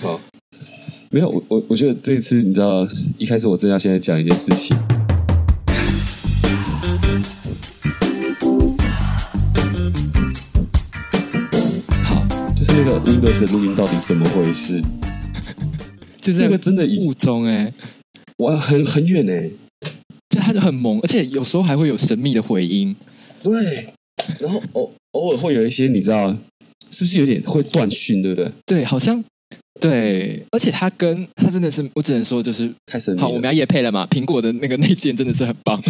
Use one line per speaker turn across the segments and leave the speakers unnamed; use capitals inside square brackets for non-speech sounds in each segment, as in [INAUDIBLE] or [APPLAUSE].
好，
没有，我我我觉得这次你知道，一开始我正要现在讲一件事情，好，就是那个 Windows 的录音到底怎么回事？
就
那
在
个真的已经
雾中哎、
哇很很远呢、
就它就很萌，而且有时候还会有神秘的回音。
对，然后偶偶尔会有一些你知道，是不是有点会断讯，对不对？
对，好像对，而且它跟它真的是，我只能说就是
太神秘
好，我们
了，
要也配了嘛。苹果的那个内建真的是很棒，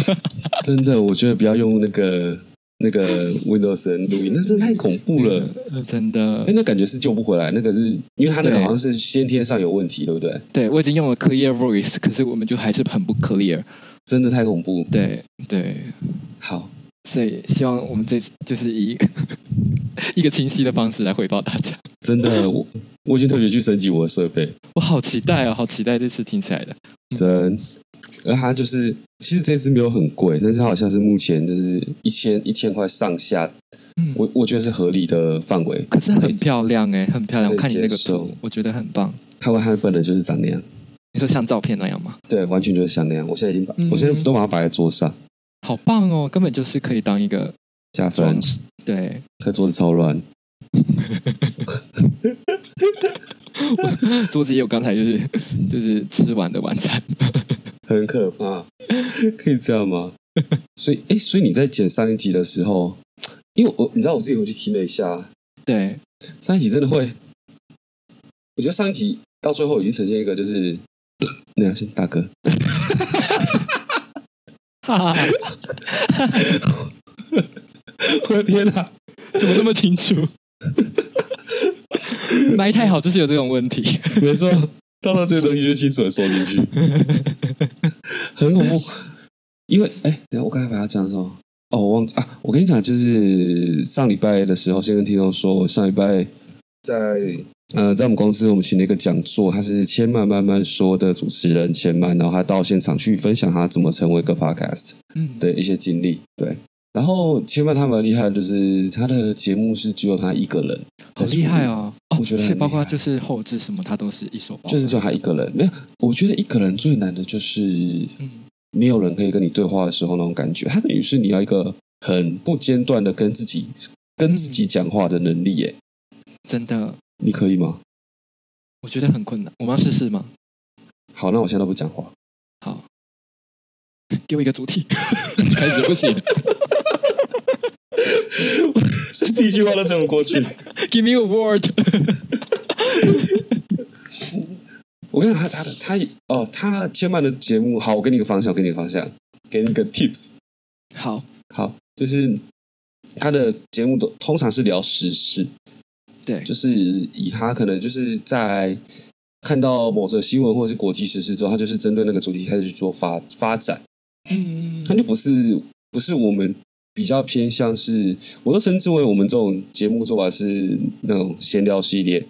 真的，我觉得不要用那个那个 Windows 的录音，那真的太恐怖了。
嗯真
哎、
的。
那感觉是救不回来，那个是因为他那个
对
好像是先天上有问题，对不对？
对我已经用了 Clear Voice，可是我们就还是很不 Clear。
真的太恐怖。
对对，
好，
所以希望我们这次就是以 [LAUGHS] 一个清晰的方式来回报大家。
真的，我我已经特别去升级我的设备，
我好期待哦，好期待这次听起来的。嗯
真。而它就是，其实这支没有很贵，但是它好像是目前就是一千一千块上下，
嗯，
我我觉得是合理的范围。
可是很漂亮哎、很漂亮。
可以
我看你那个
接受
图，我觉得很棒。
台湾它本人就是长那样，
你说像照片那样吗？
对，完全就是像那样。我现在已经把，
嗯
我现在都把它摆在桌上，
好棒哦，根本就是可以当一个
加分
装。饰。对， [LAUGHS]
可桌子超乱，
桌子也有刚才就是就是吃完的晚餐。
很可怕， [LAUGHS] 可以这样吗？所以，哎、所以你在剪上一集的时候，因为我你知道我自己回去听了一下，
对，
上一集真的会，我觉得上一集到最后已经呈现一个就是， [COUGHS] 那要先大哥，
哈哈，
[LAUGHS] 我的天哪、
怎么这么清
[LAUGHS]
楚？埋太好就是有这种问题。
没错，到了这个东西就清楚的收进去，很恐怖。因为哎，等一下我刚才把它讲什么？哦，我忘记啊！我跟你讲，就是上礼拜的时候，先跟听众说，我上礼拜在呃，在我们公司我们请了一个讲座，他是千曼慢慢说的主持人千曼，然后他到现场去分享他怎么成为一个 podcast
嗯，
的一些经历。对，然后千曼他蛮厉害，的就是他的节目是只有他一个人，
好厉害！哦！哦，
我觉得很
是包括
厉害
就是后置什么，它都是一手包办。
就是就他一个人。没有，我觉得一个人最难的就是
嗯，
没有人可以跟你对话的时候那种感觉。他等于是你要一个很不间断的跟自己跟自己讲话的能力耶。
真的，
你可以吗？
我觉得很困难。我们要试试吗？
好，那我现在都不讲话。 [LAUGHS]
好，给我一个主题，开始不行。
是第一句话都讲不过去。
Give me a word。
[LAUGHS] 我跟你讲，他他的他哦，他千曼的节目，好，我给你一个方向，我给你一个方向，给你一个 tips。
好，
好，就是他的节目都通常是聊时事，
对，
就是以他可能就是在看到某则新闻或者是国际时事之后，他就是针对那个主题开始去做发发展，
嗯，
他就不是不是我们比较偏向是，我都称之为我们这种节目做法是那种闲聊系列，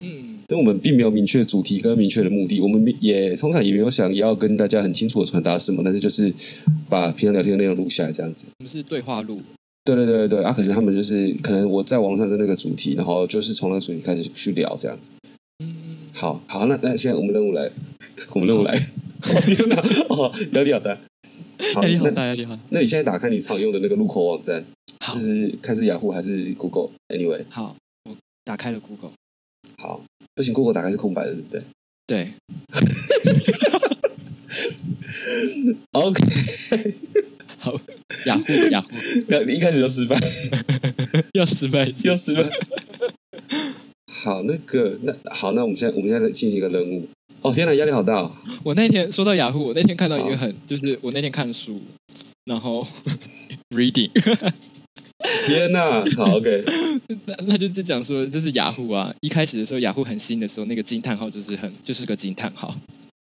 嗯，
因为我们并没有明确主题跟明确的目的，我们也通常也没有想要跟大家很清楚的传达什么，但是就是把平常聊天的内容录下来这样子。
我们是对话录，
对对对对，啊，可是他们就是可能我在网络上的那个主题，然后就是从那个主题开始去聊这样子。
嗯，
好好，那那现在我们任务来，我们任务来。哦天哪，哦，压力好大。好，
压力哎好
那
大，压力好大。
那你现在打开你常用的那个入口网站，
好
就是看是雅虎还是 Google？Anyway，
好，我打开了 Google，
好，不行，Google 打开是空白的，对不对
对，
？OK，
好，雅虎，雅虎 [LAUGHS]
那你一开始就失败，
要失败一次，
又失败。好，那个，那好，那我们现在我们现在进行一个任务。哦天哪，压力好大、哦。
我那天说到雅虎，我那天看到一个
好
很，就是我那天看书，然后 [LAUGHS] reading， [LAUGHS]
天哪，好 OK。
那那就是讲说，就是雅虎啊，一开始的时候雅虎很新的时候，那个惊叹号就是很就是个惊叹号。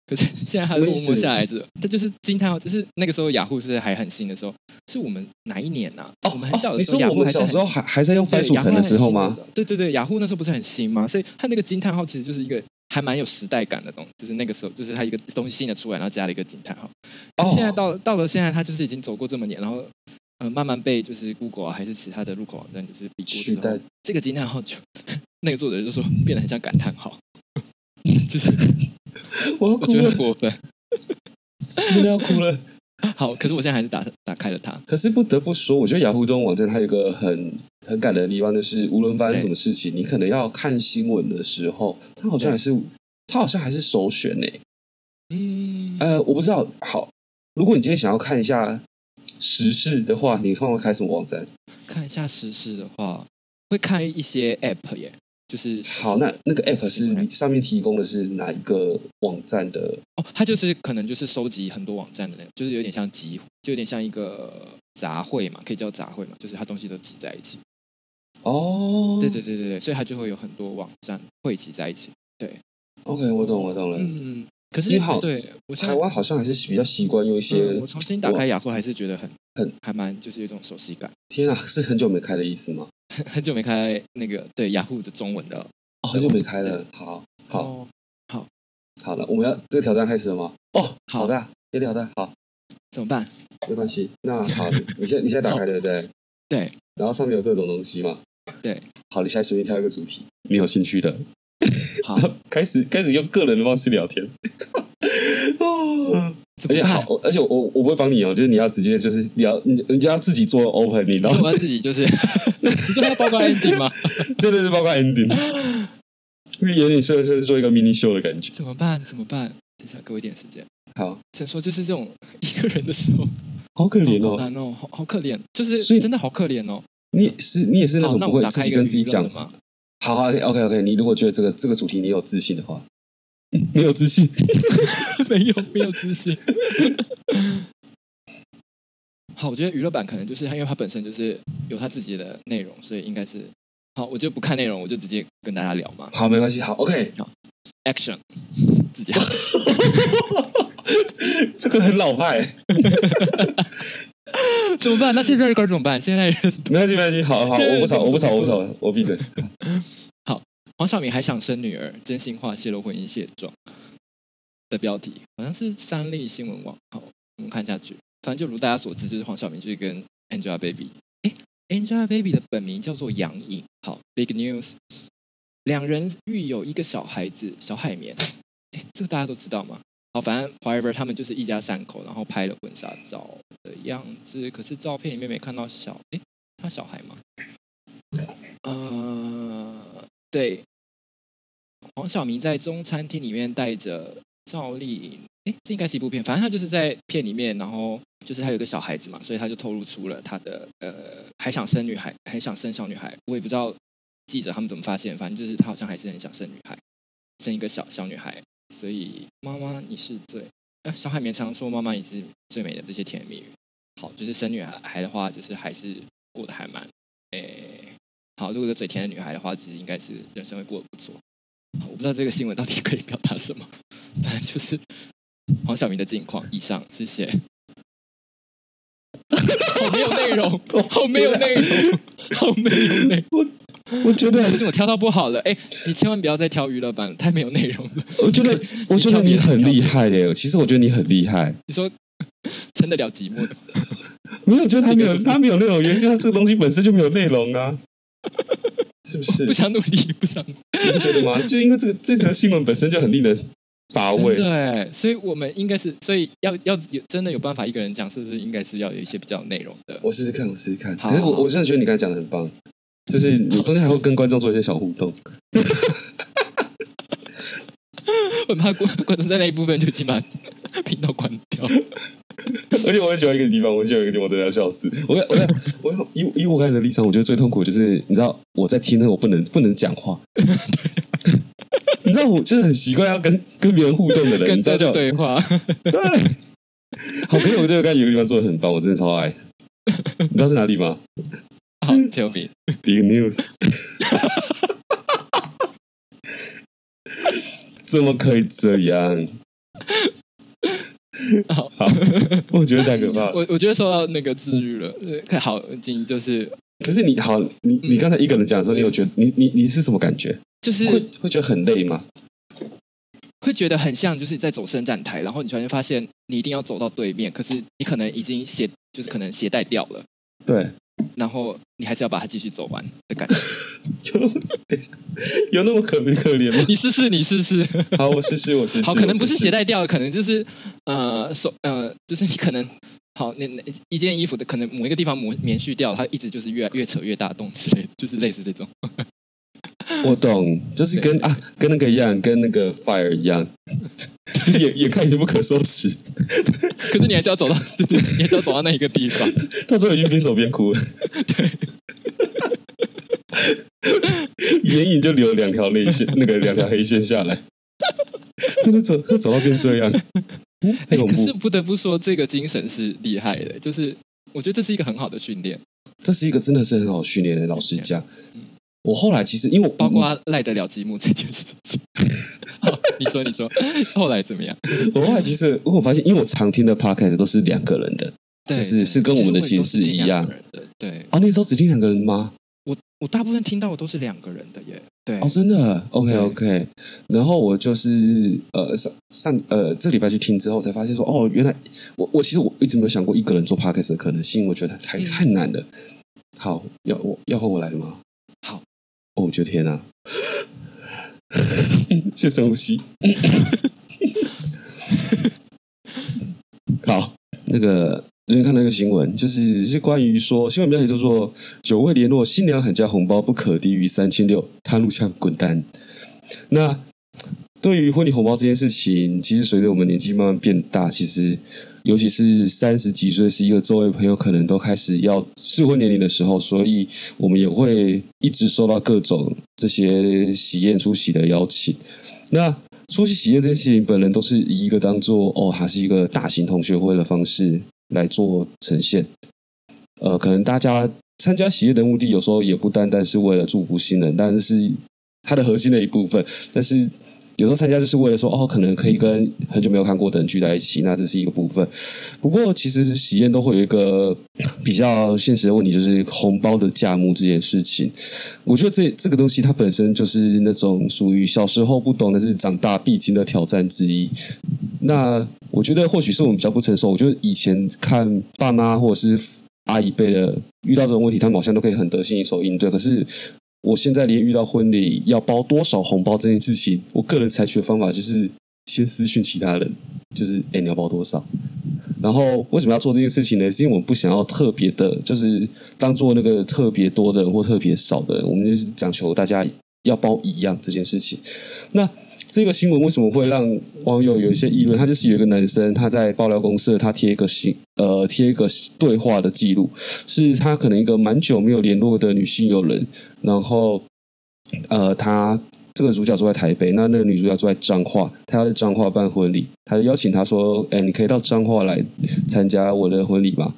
可是现在它
什么
落
意思
寞下来之后，它就是惊叹号，就是那个时候雅虎是还很新的时候，是我们哪一年啊？我们很小
哦
的
你
时候，
说
雅
我
虎
们
还
小
是很
时候还还在用
对
番薯
雅虎
藤的
还
时
很
候
新
吗？？
对对对，雅虎那时候不是很新吗？所以它那个惊叹号其实就是一个还蛮有时代感的东西，就是那个时候就是它一个东西新的出来，然后加了一个惊叹号。
哦
现在到到了现在，它就是已经走过这么年，然后呃慢慢被就是 Google 啊还是其他的入口网站就是比过
取
之后
代，
这个惊叹号就 [LAUGHS] 那个作者就说变得很像感叹号，就是
我要
我
哭
觉得
了
很，过分。
真的要哭了。
好，可是我现在还是打打开了它。
可是不得不说，我觉得雅虎这种网站它有一个很很感人的地方，就是无论发生什么事情，你可能要看新闻的时候，它好像还是它好像还是首选呢、
嗯，
呃，我不知道，好，如果你今天想要看一下时事的话，你通常会开什么网站？
看一下时事的话，会看一些 app 耶，就是
好，那那个 app 是
是
你上面提供的是哪一个网站的？
哦，它就是可能就是收集很多网站的那种，就是有点像集，就有点像一个杂烩嘛，可以叫杂烩嘛，就是它东西都集在一起。
哦，
对对对对对，所以它就会有很多网站汇集在一起。
，OK，我懂，我懂了。
嗯，可是
因为好
对我现
台
在
湾好像还是比较习惯用一些
嗯，我重新打开雅虎还是觉得很
很
还蛮就是有一种熟悉感，
[LAUGHS]
[LAUGHS]
天啊，是很久没开的意思吗？
很久没开那个对雅虎的中文的了。
哦，很久没开了。好，好，
哦，
好了，我们要这个挑战开始了吗？哦，
好
好的，有挑战，好，
怎么办？
没关系。那好，你你现在你现在打开对不对？
对。
然后上面有各种东西嘛？
对。
好，你现在随便挑一个主题，你有兴趣的， [LAUGHS]
好，
开始开始用个人的方式聊天。 [LAUGHS] 哦，
怎
而
么
且
办？
好，而且我我我不会帮你哦，就是你要直接就是你要你你就要自己做 opening，然
我
后
[LAUGHS] 们要自
[LAUGHS]
己就是，你说要包括 ending 吗？ [LAUGHS]
对对对，包括 ending，因为有点像是做一个 mini show 的感觉。
怎么办？怎么办？等一下，给我一点时间。
好，
只能说就是这种 [LAUGHS] 一个人的时候，
好可怜
好
哦，
难哦，好好可怜，就是
所以
真的好可怜哦。
你是你也是那
好，
种
哦那
不
我
会
打
自
开一
己
个
跟自己讲
娱乐的嘛。
好啊，OK OK，你如果觉得这个这个主题你有自信的话，你有自信，
[LAUGHS] 没有没有自信。好，我觉得娱乐版可能就是它，因为它本身就是有它自己的内容，所以应该是好。我就不看内容，我就直接跟大家聊嘛。
好，没关系，好，OK，
Action，自
[LAUGHS]
[LAUGHS] 己
这个很老派，
怎么办？那现在人怎么办？现在人
没关系，没关系，好好，我不吵，我不吵，我不吵，我闭嘴。
黄晓明还想生女儿，真心话泄露婚姻现状的标题，好像是三立新闻网。好，我们看下去，反正就如大家所知，就是黄晓明就是跟 Angelababy，哎，Angelababy 的本名叫做杨颖。好，Big News，两人育有一个小孩子小海绵，哎，这个大家都知道吗？好，反正 However 他们就是一家三口，然后拍了婚纱照的样子，可是照片里面没看到小，哎，他小孩吗？呃，对，黄晓明在中餐厅里面带着赵丽，诶，这应该是一部片，反正他就是在片里面，然后就是他有一个小孩子嘛，所以他就透露出了他的呃还想生女孩，还想生小女孩，我也不知道记者他们怎么发现，反正就是他好像还是很想生女孩，生一个小小女孩，所以妈妈你是最，呃，小海绵常说妈妈你是最美的这些甜言蜜语，好，就是生女孩的话，就是还是过得还蛮，诶。好，如果是嘴甜的女孩的话，其实应该是人生会过得不错。好我不知道这个新闻到底可以表达什么， [LAUGHS] 反正就是黄晓明的近况。以上，谢谢。好没有内容，好没有内容，好没有内容。
我觉得，
不是我挑到不好了，哎、你千万不要再挑娱乐版了，太没有内容了。
我觉得，我觉得你很厉害的。其实我觉得你很厉害，
你说 [LAUGHS] 撑得了寂寞的吗？
没有，觉得他没有，他没有内容，原因是他这个东西本身就没有内容啊，是不是？
不想努力，不想努力。
你不觉得
[LAUGHS]
吗？就因为这个这则新闻本身就很令人乏味
真。的哎，所以我们应该是，所以要要有真的有办法一个人讲，是不是应该是要有一些比较有内容的？
我试试看，我试试看。
好
可是
好
我我真的觉得你刚才讲的很棒，就是你中间还会跟观众做一些小互动。
我很怕观观众在那一部分就已经把 [LAUGHS] 频道关掉。
[LAUGHS] 而且我很喜欢一个地方，我很喜欢一个地方，我真的要笑死。我我我我以以我个人的立场，我觉得最痛苦的就是你知道我在听，但我不能不能讲
[LAUGHS]
话。你知道我就是很习惯要跟跟别人互动的人，
跟
你知道
这
就
对话，
对。 [LAUGHS] 好，可是我觉得刚才有个地方做的很棒，我真的超爱。你知道是哪里吗
好，tell me，
？Big [LAUGHS] News。怎么可以这样？ [LAUGHS]
好，
好， [LAUGHS] 我觉得太可怕了。
我我觉得受到那个治愈了，呃看好，已经就是
可是你好，你你刚才一个人讲的时候，你有觉得你你你是什么感觉？会
就是
会觉得很累吗？
会觉得很像，就是在走伸展台，然后你突然间发现你一定要走到对面，可是你可能已经携就是可能携带掉了，
对，
然后你还是要把它继续走完的感觉。 [LAUGHS]
有那么 [LAUGHS] 等一下有那么可可怜吗？
你试试，你试试。
[LAUGHS] 好，我试试，我试试。
好，可能不
我
是
试试
鞋带掉，可能就是呃手呃，就是你可能好，那那一件衣服的可能某一个地方磨棉絮掉，它一直就是越越扯越大洞之类的，就是类似这种。
我懂，就是跟啊，跟那个一样，跟那个 fire 一样， [LAUGHS] 就眼眼看已经不可收拾，
可是你还是要走到， [LAUGHS] 就是你还是要走到那一个
[LAUGHS]
地方。
到最后已经边走边哭了，眼影就流两条泪线，那个两条黑线下来，真的走要走到变这样，
哎、
很恐
可是
怖。
不得不说，这个精神是厉害的，就是我觉得这是一个很好的训练，
这是一个真的是很好训练的，老实讲。我后来其实因为我
包括啊赖得了积木这件事
[LAUGHS]
情。 [LAUGHS] 好，你说，你说，后来怎么样？
我后来其实我发现，因为我常听的 podcast 都是两个人的
对，
就是是跟我们的
其
形
实
式
也都是
一样
两个人的。对
啊，那时候只听两个人吗？
我，我大部分听到的都是两个人的耶。对，
哦，真的，OK
对
OK。然后我就是呃上上呃这礼拜去听之后才发现说，哦，原来我我其实我一直没有想过一个人做 podcast 的可能性，我觉得太
嗯
太难了。好，要我要换我来了吗？
好，
哦，我觉得天 [LAUGHS] 哪、先深呼吸。 [LAUGHS] 好，那个最近看到一个新闻，就是是关于说新闻标题叫做“久未联络新娘喊价红包不可低于三千六，他录像滚蛋”。那对于婚礼红包这件事情，其实随着我们年纪慢慢变大，其实尤其是三十几岁，是一个周围朋友可能都开始要适婚年龄的时候，所以我们也会一直收到各种这些喜宴出席的邀请。那出席喜宴这件事情，本人都是以一个当做哦，还是一个大型同学会的方式来做呈现。呃，可能大家参加喜宴的目的，有时候也不单单是为了祝福新人，但是它的核心的一部分。但是有时候参加就是为了说，哦，可能可以跟很久没有看过的人聚在一起，那这是一个部分。不过其实喜宴都会有一个比较现实的问题，就是红包的价目这件事情。我觉得这这个东西它本身就是那种属于小时候不懂，但是长大必经的挑战之一。那我觉得或许是我们比较不成熟。我觉得以前看爸妈或者是阿姨辈的遇到这种问题，他们好像都可以很得心应手应对。可是我现在连遇到婚礼要包多少红包这件事情，我个人采取的方法就是先私讯其他人，就是哎你要包多少。然后为什么要做这件事情呢？是因为我们不想要特别的，就是当做那个特别多的人或特别少的人，我们就是讲求大家要包一样这件事情。那这个新闻为什么会让网友有一些议论？他就是有一个男生，他在爆料公社，他贴一个信，呃，贴一个对话的记录，是他可能一个蛮久没有联络的女性友人，然后呃，他这个主角住在台北，那那个女主角住在彰化，他要在彰化办婚礼，他就邀请他说：“哎、你可以到彰化来参加我的婚礼吗？”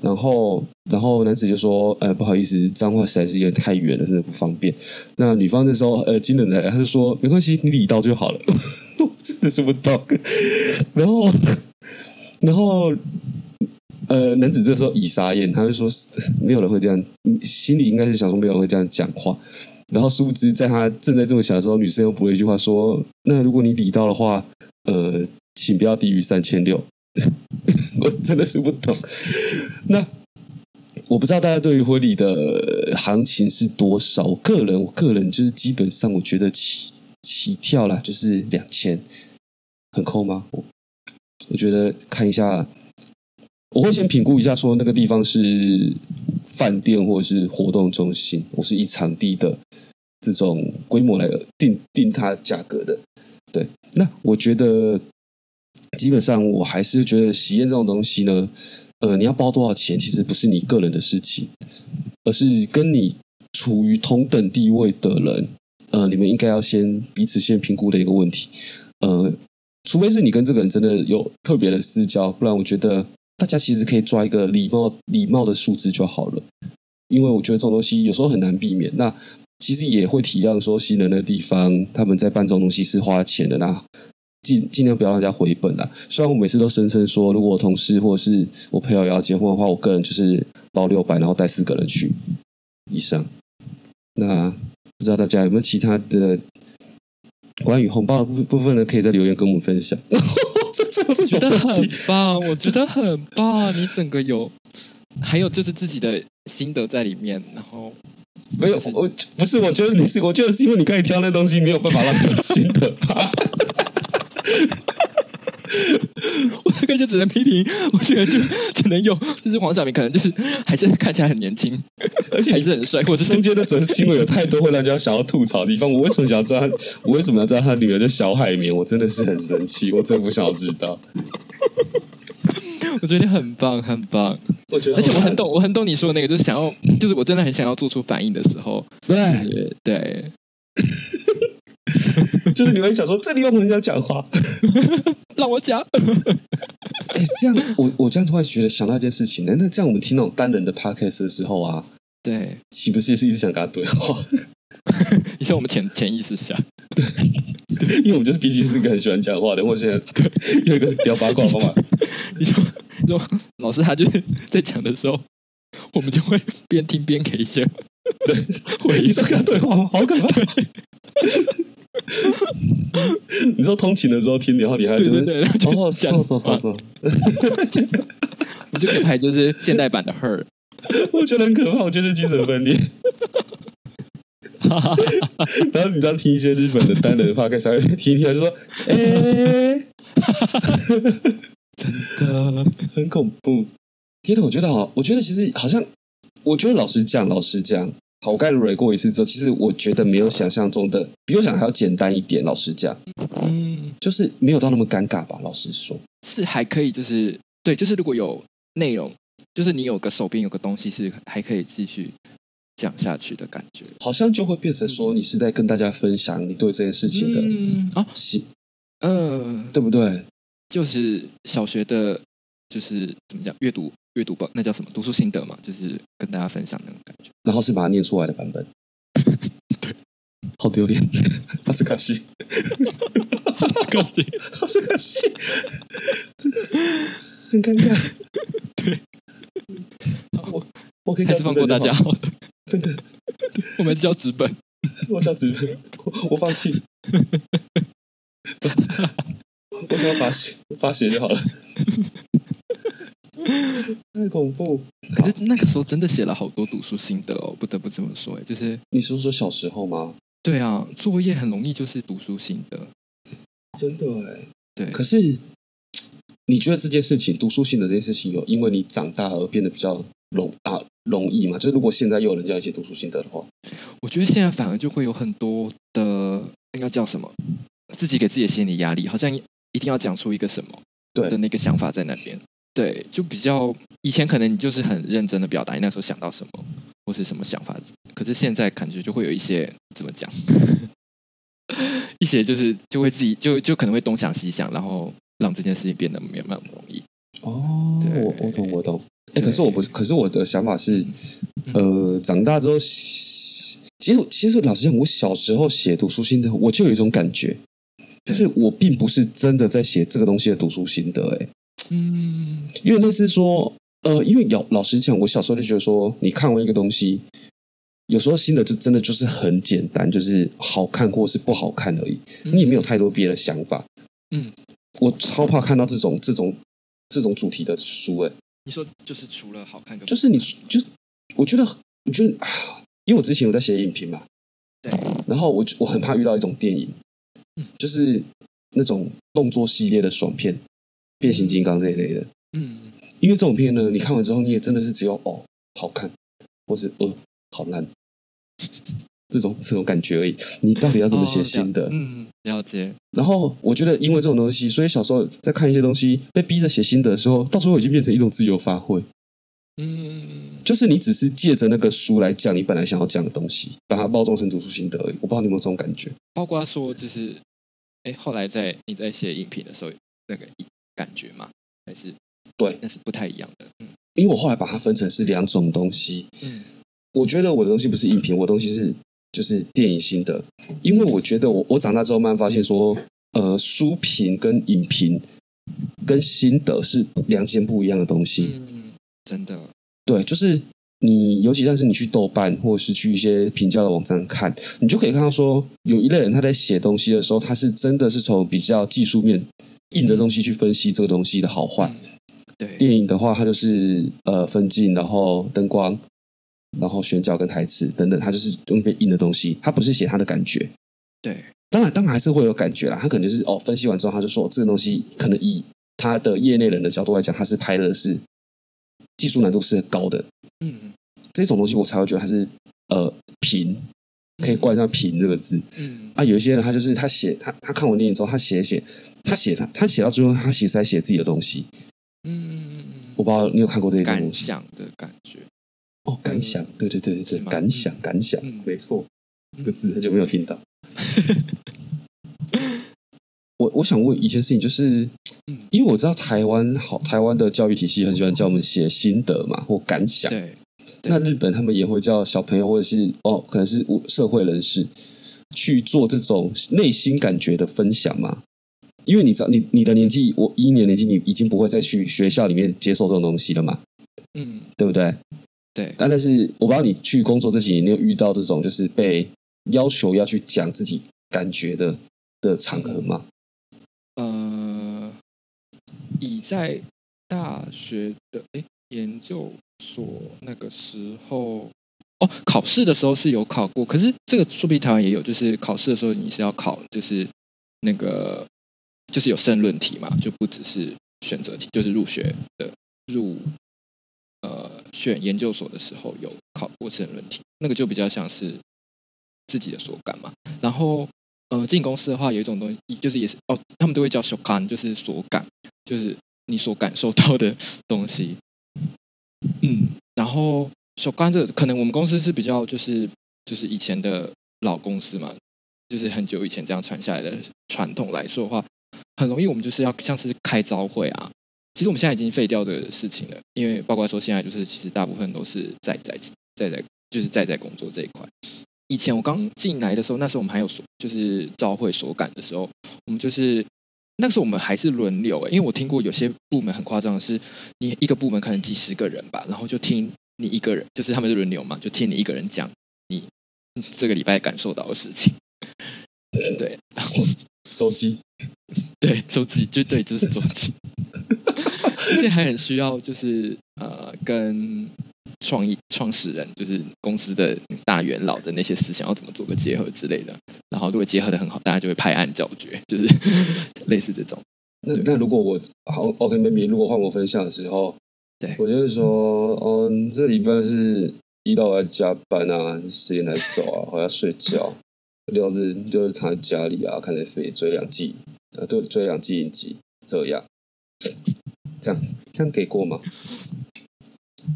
然后，然后男子就说：“呃，不好意思，彰化实在是有点太远了，真的不方便。”那女方那时候呃惊人的来，他就说：“没关系，你礼到就好了。” [LAUGHS] 我真的是不到。然后，然后呃，男子这时候已傻眼，他就说 [LAUGHS] 没有人会这样，心里应该是想说没有人会这样讲话。然后殊不知，在他正在这么想的时候，女生又补了一句话说：“那如果你理到的话，呃，请不要低于三千六。” [LAUGHS] 我真的是不懂。那我不知道大家对于婚礼的呃行情是多少？我个人，我个人就是基本上我觉得起起跳啦，就是两千，很抠吗？我我觉得看一下，我会先评估一下，说那个地方是饭店或者是活动中心，我是以场地的这种规模来定定它价格的。对，那我觉得基本上我还是觉得喜宴这种东西呢，呃，你要包多少钱，其实不是你个人的事情，而是跟你处于同等地位的人，呃，你们应该要先彼此先评估的一个问题，呃，除非是你跟这个人真的有特别的私交，不然我觉得大家其实可以抓一个礼貌礼貌的数字就好了，因为我觉得这种东西有时候很难避免。那其实也会体谅说新人的地方，他们在办这种东西是花钱的啦，尽尽量不要让人家回本啦。虽然我每次都声称说，如果我同事或者是我朋友要结婚的话，我个人就是包六百，然后带四个人去以上。那不知道大家有没有其他的关于红包的部部分呢？可以在留言跟我们分享。 [LAUGHS] 这这这
觉
种
得 [LAUGHS]
东西
很棒，我觉得很棒，你整个有，还有就是自己的心得在里面，然后 [LAUGHS]
没有，我不是，我觉得你是，我觉得是因为你刚才挑那东西没有办法让你有心得吧？
我大概就只能批评，我觉得就 [LAUGHS] 只能用，就是黄晓明可能就是还是看起来很年轻，
[LAUGHS] 而且
还
你
是很帅，或者是
中间的整个新闻有太多会让人家想要吐槽的地方。我为什么想知道他？我为什么要知道他女儿叫小海绵？我真的是很生气，我真的不想知道。
我觉得很棒，很棒。
我觉得，
而且我很，懂，我很懂你说的那个，就是想要，就是我真的很想要做出反应的时候，
对，
对对，
就是你会想说，这地方我很想讲话。
让我讲，
哎，这样我我这样突然觉得想到一件事情呢。那这样我们听那种单人的 podcast 的时候啊，
对，
岂不是也是一直想跟他对话？ [LAUGHS]
你像我们潜潜意识下，
因为我们就是毕竟是个很喜欢讲话的，或者现在有一个聊八卦的方法。
你说你说 [LAUGHS] 老师他就是在讲的时候，我们就会边听边给一些回
你
应，
说跟他对话吗？好可怕！ [LAUGHS] 你说通勤的时候听，然后你还就
对对
是
对然后就
哦，
讲
搜搜搜搜，
你就可以拍就是现代版的 Her，
我觉得很可怕，我就是精神分
[LAUGHS]
裂。
哈哈哈
然后你知道听一些日本的单人 podcast，还会听一听，他就说，哎、啊
的
很恐怖。天哪，我觉得好，我觉得其实好像，我觉得老实讲，老实讲，好，我刚才蕊过一次之后，其实我觉得没有想象中的，比我想还要简单一点。老实讲，
嗯，
就是没有到那么尴尬吧。老实说，
是还可以，就是对，就是如果有内容，就是你有个手边有个东西是还可以继续讲下去的感觉。
好像就会变成说你是在跟大家分享你对这件事情的
嗯，啊，
喜，
嗯、
对不对？
就是小学的，就是怎么讲，阅读阅读报那叫什么读书心得嘛，就是跟大家分享那种感
[LAUGHS]
觉。
然后是把它念出来的版
[LAUGHS]
本，对，好丢脸，阿兹卡西，
可惜，
阿兹卡西，真的很尴尬。我可以
还
讲
是放过大家好了，
真的，真的，
[LAUGHS] 我们还是叫纸本。
我讲直白，我我放弃，我想要罚写罚写就好
[LAUGHS]
了，太恐怖。
可是那个时候真的写了好多读书心得哦，不得不这么说，哎，就是
你是说小时候吗？
对啊，作业很容易就是读书心得，
真的哎，
对，
可是你觉得这件事情，读书心得这件事情，有因为你长大而变得比较容啊容易吗？就是如果现在又有人叫你写读书心得的话，
我觉得现在反而就会有很多的应该叫什么，自己给自己的心理压力，好像一定要讲出一个什么
对
的那个想法在那边。对，就比较以前可能你就是很认真的表达你那时候想到什么或是什么想法，可是现在感觉就会有一些怎么讲， [LAUGHS] 一些就是就会自己就就可能会东想西想，然后让这件事情变得没有那么容易。
哦
对
我我懂我懂。哎、
对嗯
可是我不是，可是我的想法是，呃，长大之后，其实其实老实讲，我小时候写读书心得，我就有一种感觉，就
对
是我并不是真的在写这个东西的读书心得、哎，
嗯，
因为类似说，呃，因为有老实讲，我小时候就觉得说，你看完一个东西，有时候新的就真的就是很简单，就是好看或是不好看而已，你也没有太多别的想法。
嗯，
我超怕看到这种这种这种主题的书、欸，
你说就是除了好看跟
就是你就我觉得我觉得，啊因为我之前有在写影评嘛，
对
然后我就我很怕遇到一种电影，就是那种动作系列的爽片，变形金刚这一类的。
嗯
因为这种片呢，你看完之后，你也真的是只有哦好看，或是呃好烂，这种这种感觉而已。你到底要怎么写新的？
嗯了解
然后我觉得，因为这种东西，所以小时候在看一些东西，被逼着写新的时候，到时候已经变成一种自由发挥，
嗯。
就是你只是借着那个书来讲你本来想要讲的东西，把它包装成读书心得而已。我不知道你有没有这种感觉？
包括说就是，哎，后来在你在写影评的时候，那个感觉嘛，还是
对
那是不太一样的。
因为我后来把它分成是两种东西，
嗯
我觉得我的东西不是影评，我的东西是就是电影心得，因为我觉得我我长大之后慢慢发现说，呃，书评跟影评跟心得是两件不一样的东西。
嗯，真的，
对，就是你尤其像是你去豆瓣或者是去一些评价的网站看，你就可以看到说，有一类人他在写东西的时候，他是真的是从比较技术面硬的东西去分析这个东西的好坏。
嗯对，
电影的话，它就是呃分镜，然后灯光，然后选角跟台词等等，他就是用一篇硬的东西，他不是写他的感觉。
对，
当然，当然还是会有感觉啦。他可能就是哦，分析完之后，他就说这个东西可能以他的业内人的角度来讲，他是拍的是技术难度是很高的
嗯
这种东西，我才会觉得他是呃平，可以冠上“平”这个字。
嗯，
啊，有一些人他就是他写他他看完电影之后，他写一写，他写他他写到最后，他其实在写自己的东西。
嗯嗯
我不知道你有看过这一
嗯，
种
感
东西
想的感觉，
哦，感想，对对对对对
嗯是，吗
感想感想
嗯， [LAUGHS]
没错，这个字很久没有听到。我我想问一件事情，就是
嗯
因为我知道台湾好，台湾的教育体系很喜欢叫我们写心得嘛，或感想。
对，对
那日本他们也会叫小朋友或者是哦，可能是无社会人士去做这种内心感觉的分享嘛？因为你知道，你你的年纪，我一年年纪，你已经不会再去学校里面接受这种东西了嘛，
嗯
对不对？
对，
但但是我不知道你去工作这几年，你有遇到这种就是被要求要去讲自己感觉的的场合吗？
呃，以在大学的诶研究所那个时候，哦，考试的时候是有考过，可是这个说不定台湾也有，就是考试的时候你是要考，就是那个就是有申论题嘛，就不只是选择题，就是入学的入呃选研究所的时候有考过申论题，那个就比较像是自己的所感嘛，然后。呃，进公司的话，有一种东西，就是也是哦，他们都会叫 shokan，就是所感，就是你所感受到的东西。嗯，然后 shokan 这个可能我们公司是比较就是就是以前的老公司嘛，就是很久以前这样传下来的传统来说的话，很容易我们就是要像是开招会啊。其实我们现在已经废掉这个事情了，因为包括说现在就是其实大部分都是在在在在就是在在工作这一块。以前我刚进来的时候，那时候我们还有所就是招会所感的时候，我们就是那时候我们还是轮流、欸，因为我听过有些部门很夸张的是，你一个部门可能几十个人吧，然后就听你一个人，就是他们是轮流嘛，就听你一个人讲你你这个礼拜感受到的事情。 [LAUGHS] 对，然后
周记，
[LAUGHS] 对，周记就对，就是周记， [LAUGHS] 而且还很需要就是呃，跟创意创始人，就是公司的大元老的那些思想要怎么做个结合之类的。然后如果结合的很好，大家就会拍案叫绝，就是 [LAUGHS] 类似这种。
那
对
那如果我好 OK，maybe、如果换我分享的时候，
对
我就会说，嗯，这礼拜是一到我要加班啊，十点才走啊，我要睡觉。六日六日躺在家里啊，看 Netflix 追两季，呃，对，追两季影集，这样，这样这样给过吗？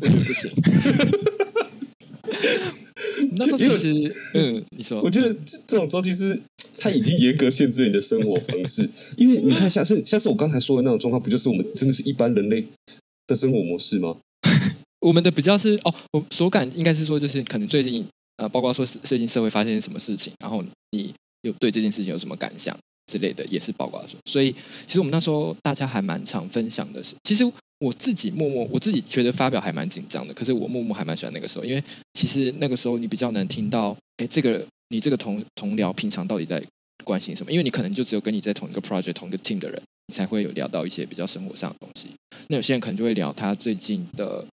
我觉得不行。那时候其实，嗯，你说
我，觉得这这种周期是它已经严格限制了你的生活方式，因为你看，像是像是我刚才说的那种状况，不就是我们真的是一般人类的生活模式吗？
我们的比较是哦，我所感应该是说，就是可能最近呃，包括说是最近社会发生什么事情，然后你有对这件事情有什么感想之类的，也是包括说。所以其实我们那时候大家还蛮常分享的是，其实我自己默默我自己觉得发表还蛮紧张的，可是我默默还蛮喜欢那个时候，因为其实那个时候你比较能听到，哎，这个你这个同同僚平常到底在关心什么？因为你可能就只有跟你在同一个 project 同一个 team 的人，你才会有聊到一些比较生活上的东西。那有些人可能就会聊他最近的，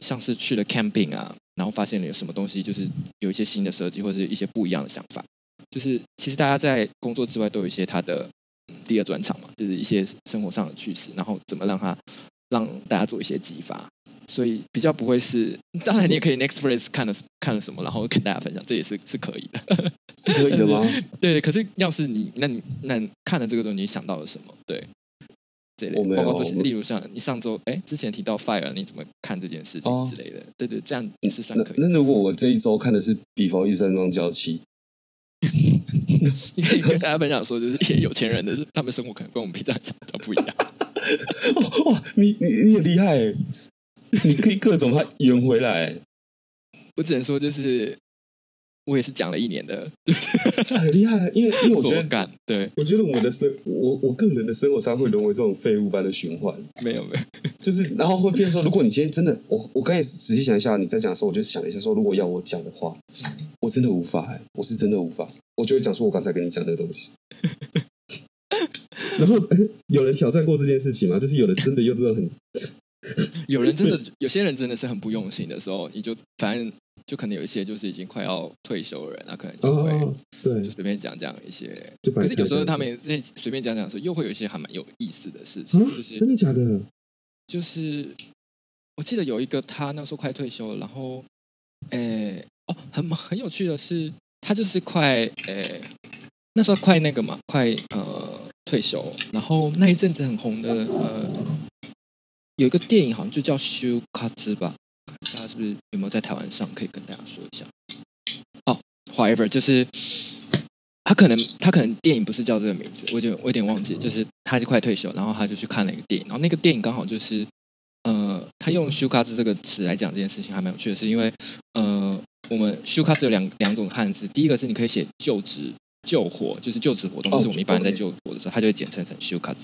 像是去了 camping 啊，然后发现了有什么东西，就是有一些新的设计或者是一些不一样的想法。就是其实大家在工作之外都有一些他的、嗯第二专场嘛，就是一些生活上的趣事，然后怎么让他让大家做一些激发。所以比较不会是，当然你也可以 next p r e s 看了看了什么，然后跟大家分享，这也是是可以的。
是可以的吗？
对，可是要是你，那你那你看了这个之后，你想到了什么？对，这类
我没
包
有
括就是
我
例如像你上周哎之前提到 fire，你怎么看这件事情
哦
之类的？对对，这样也是算
那
可以。
那如果我这一周看的是《比佛一山庄娇妻
你可以跟大家分享说，就是一些有钱人的，他们生活可能跟我们平常想的不一样。》，
哦哇，你你你很厉害欸，你可以各种把它圆回来欸，
我只能说，就是我也是讲了一年的
很厉害。啊因为因为我觉
所
得，
感，对，
我觉得我的生我我个人的生活上会沦为这种废物般的循环。
没有没有，
就是，然后会变成说，如果你今天真的，我我刚才仔细想一下，你在讲的时候，我就想了一下说，如果要我讲的话，我真的无法、欸，我是真的无法，我就会讲出我刚才跟你讲的东
[LAUGHS]
西。欸然后、呃有人挑战过这件事情吗？就是有人真的又真的很
有人真的，有些人真的是很不用心的时候，你就反正就可能有一些就是已经快要退休的人啊，可能就会
哦，对
就，随便讲讲一些。
就
可
白
是有时候他们
也
也在随便讲讲的时候，又会有一些还蛮有意思的事情，
嗯
就，
真
是
的假的？
就是我记得有一个他那时候快退休了，然后诶哦，很很有趣的是，他就是快诶那时候快那个嘛，快呃退休，然后那一阵子很红的呃有一个电影好像就叫《修卡兹》吧，大家是不是有没有在台湾上可以跟大家说一下？哦，however 就是。他可能他可能电影不是叫这个名字，我就我有点忘记，就是他就快退休，然后他就去看了一个电影，然后那个电影刚好就是呃，他用 s h u k a 这个词来讲这件事情还蛮有趣的，是因为呃，我们 s h u k a 有两两种汉字，第一个是你可以写就职救火，就是就职活动，
哦
就是我们一般人在
OK
救火的时候，它就会简称成 s h u k a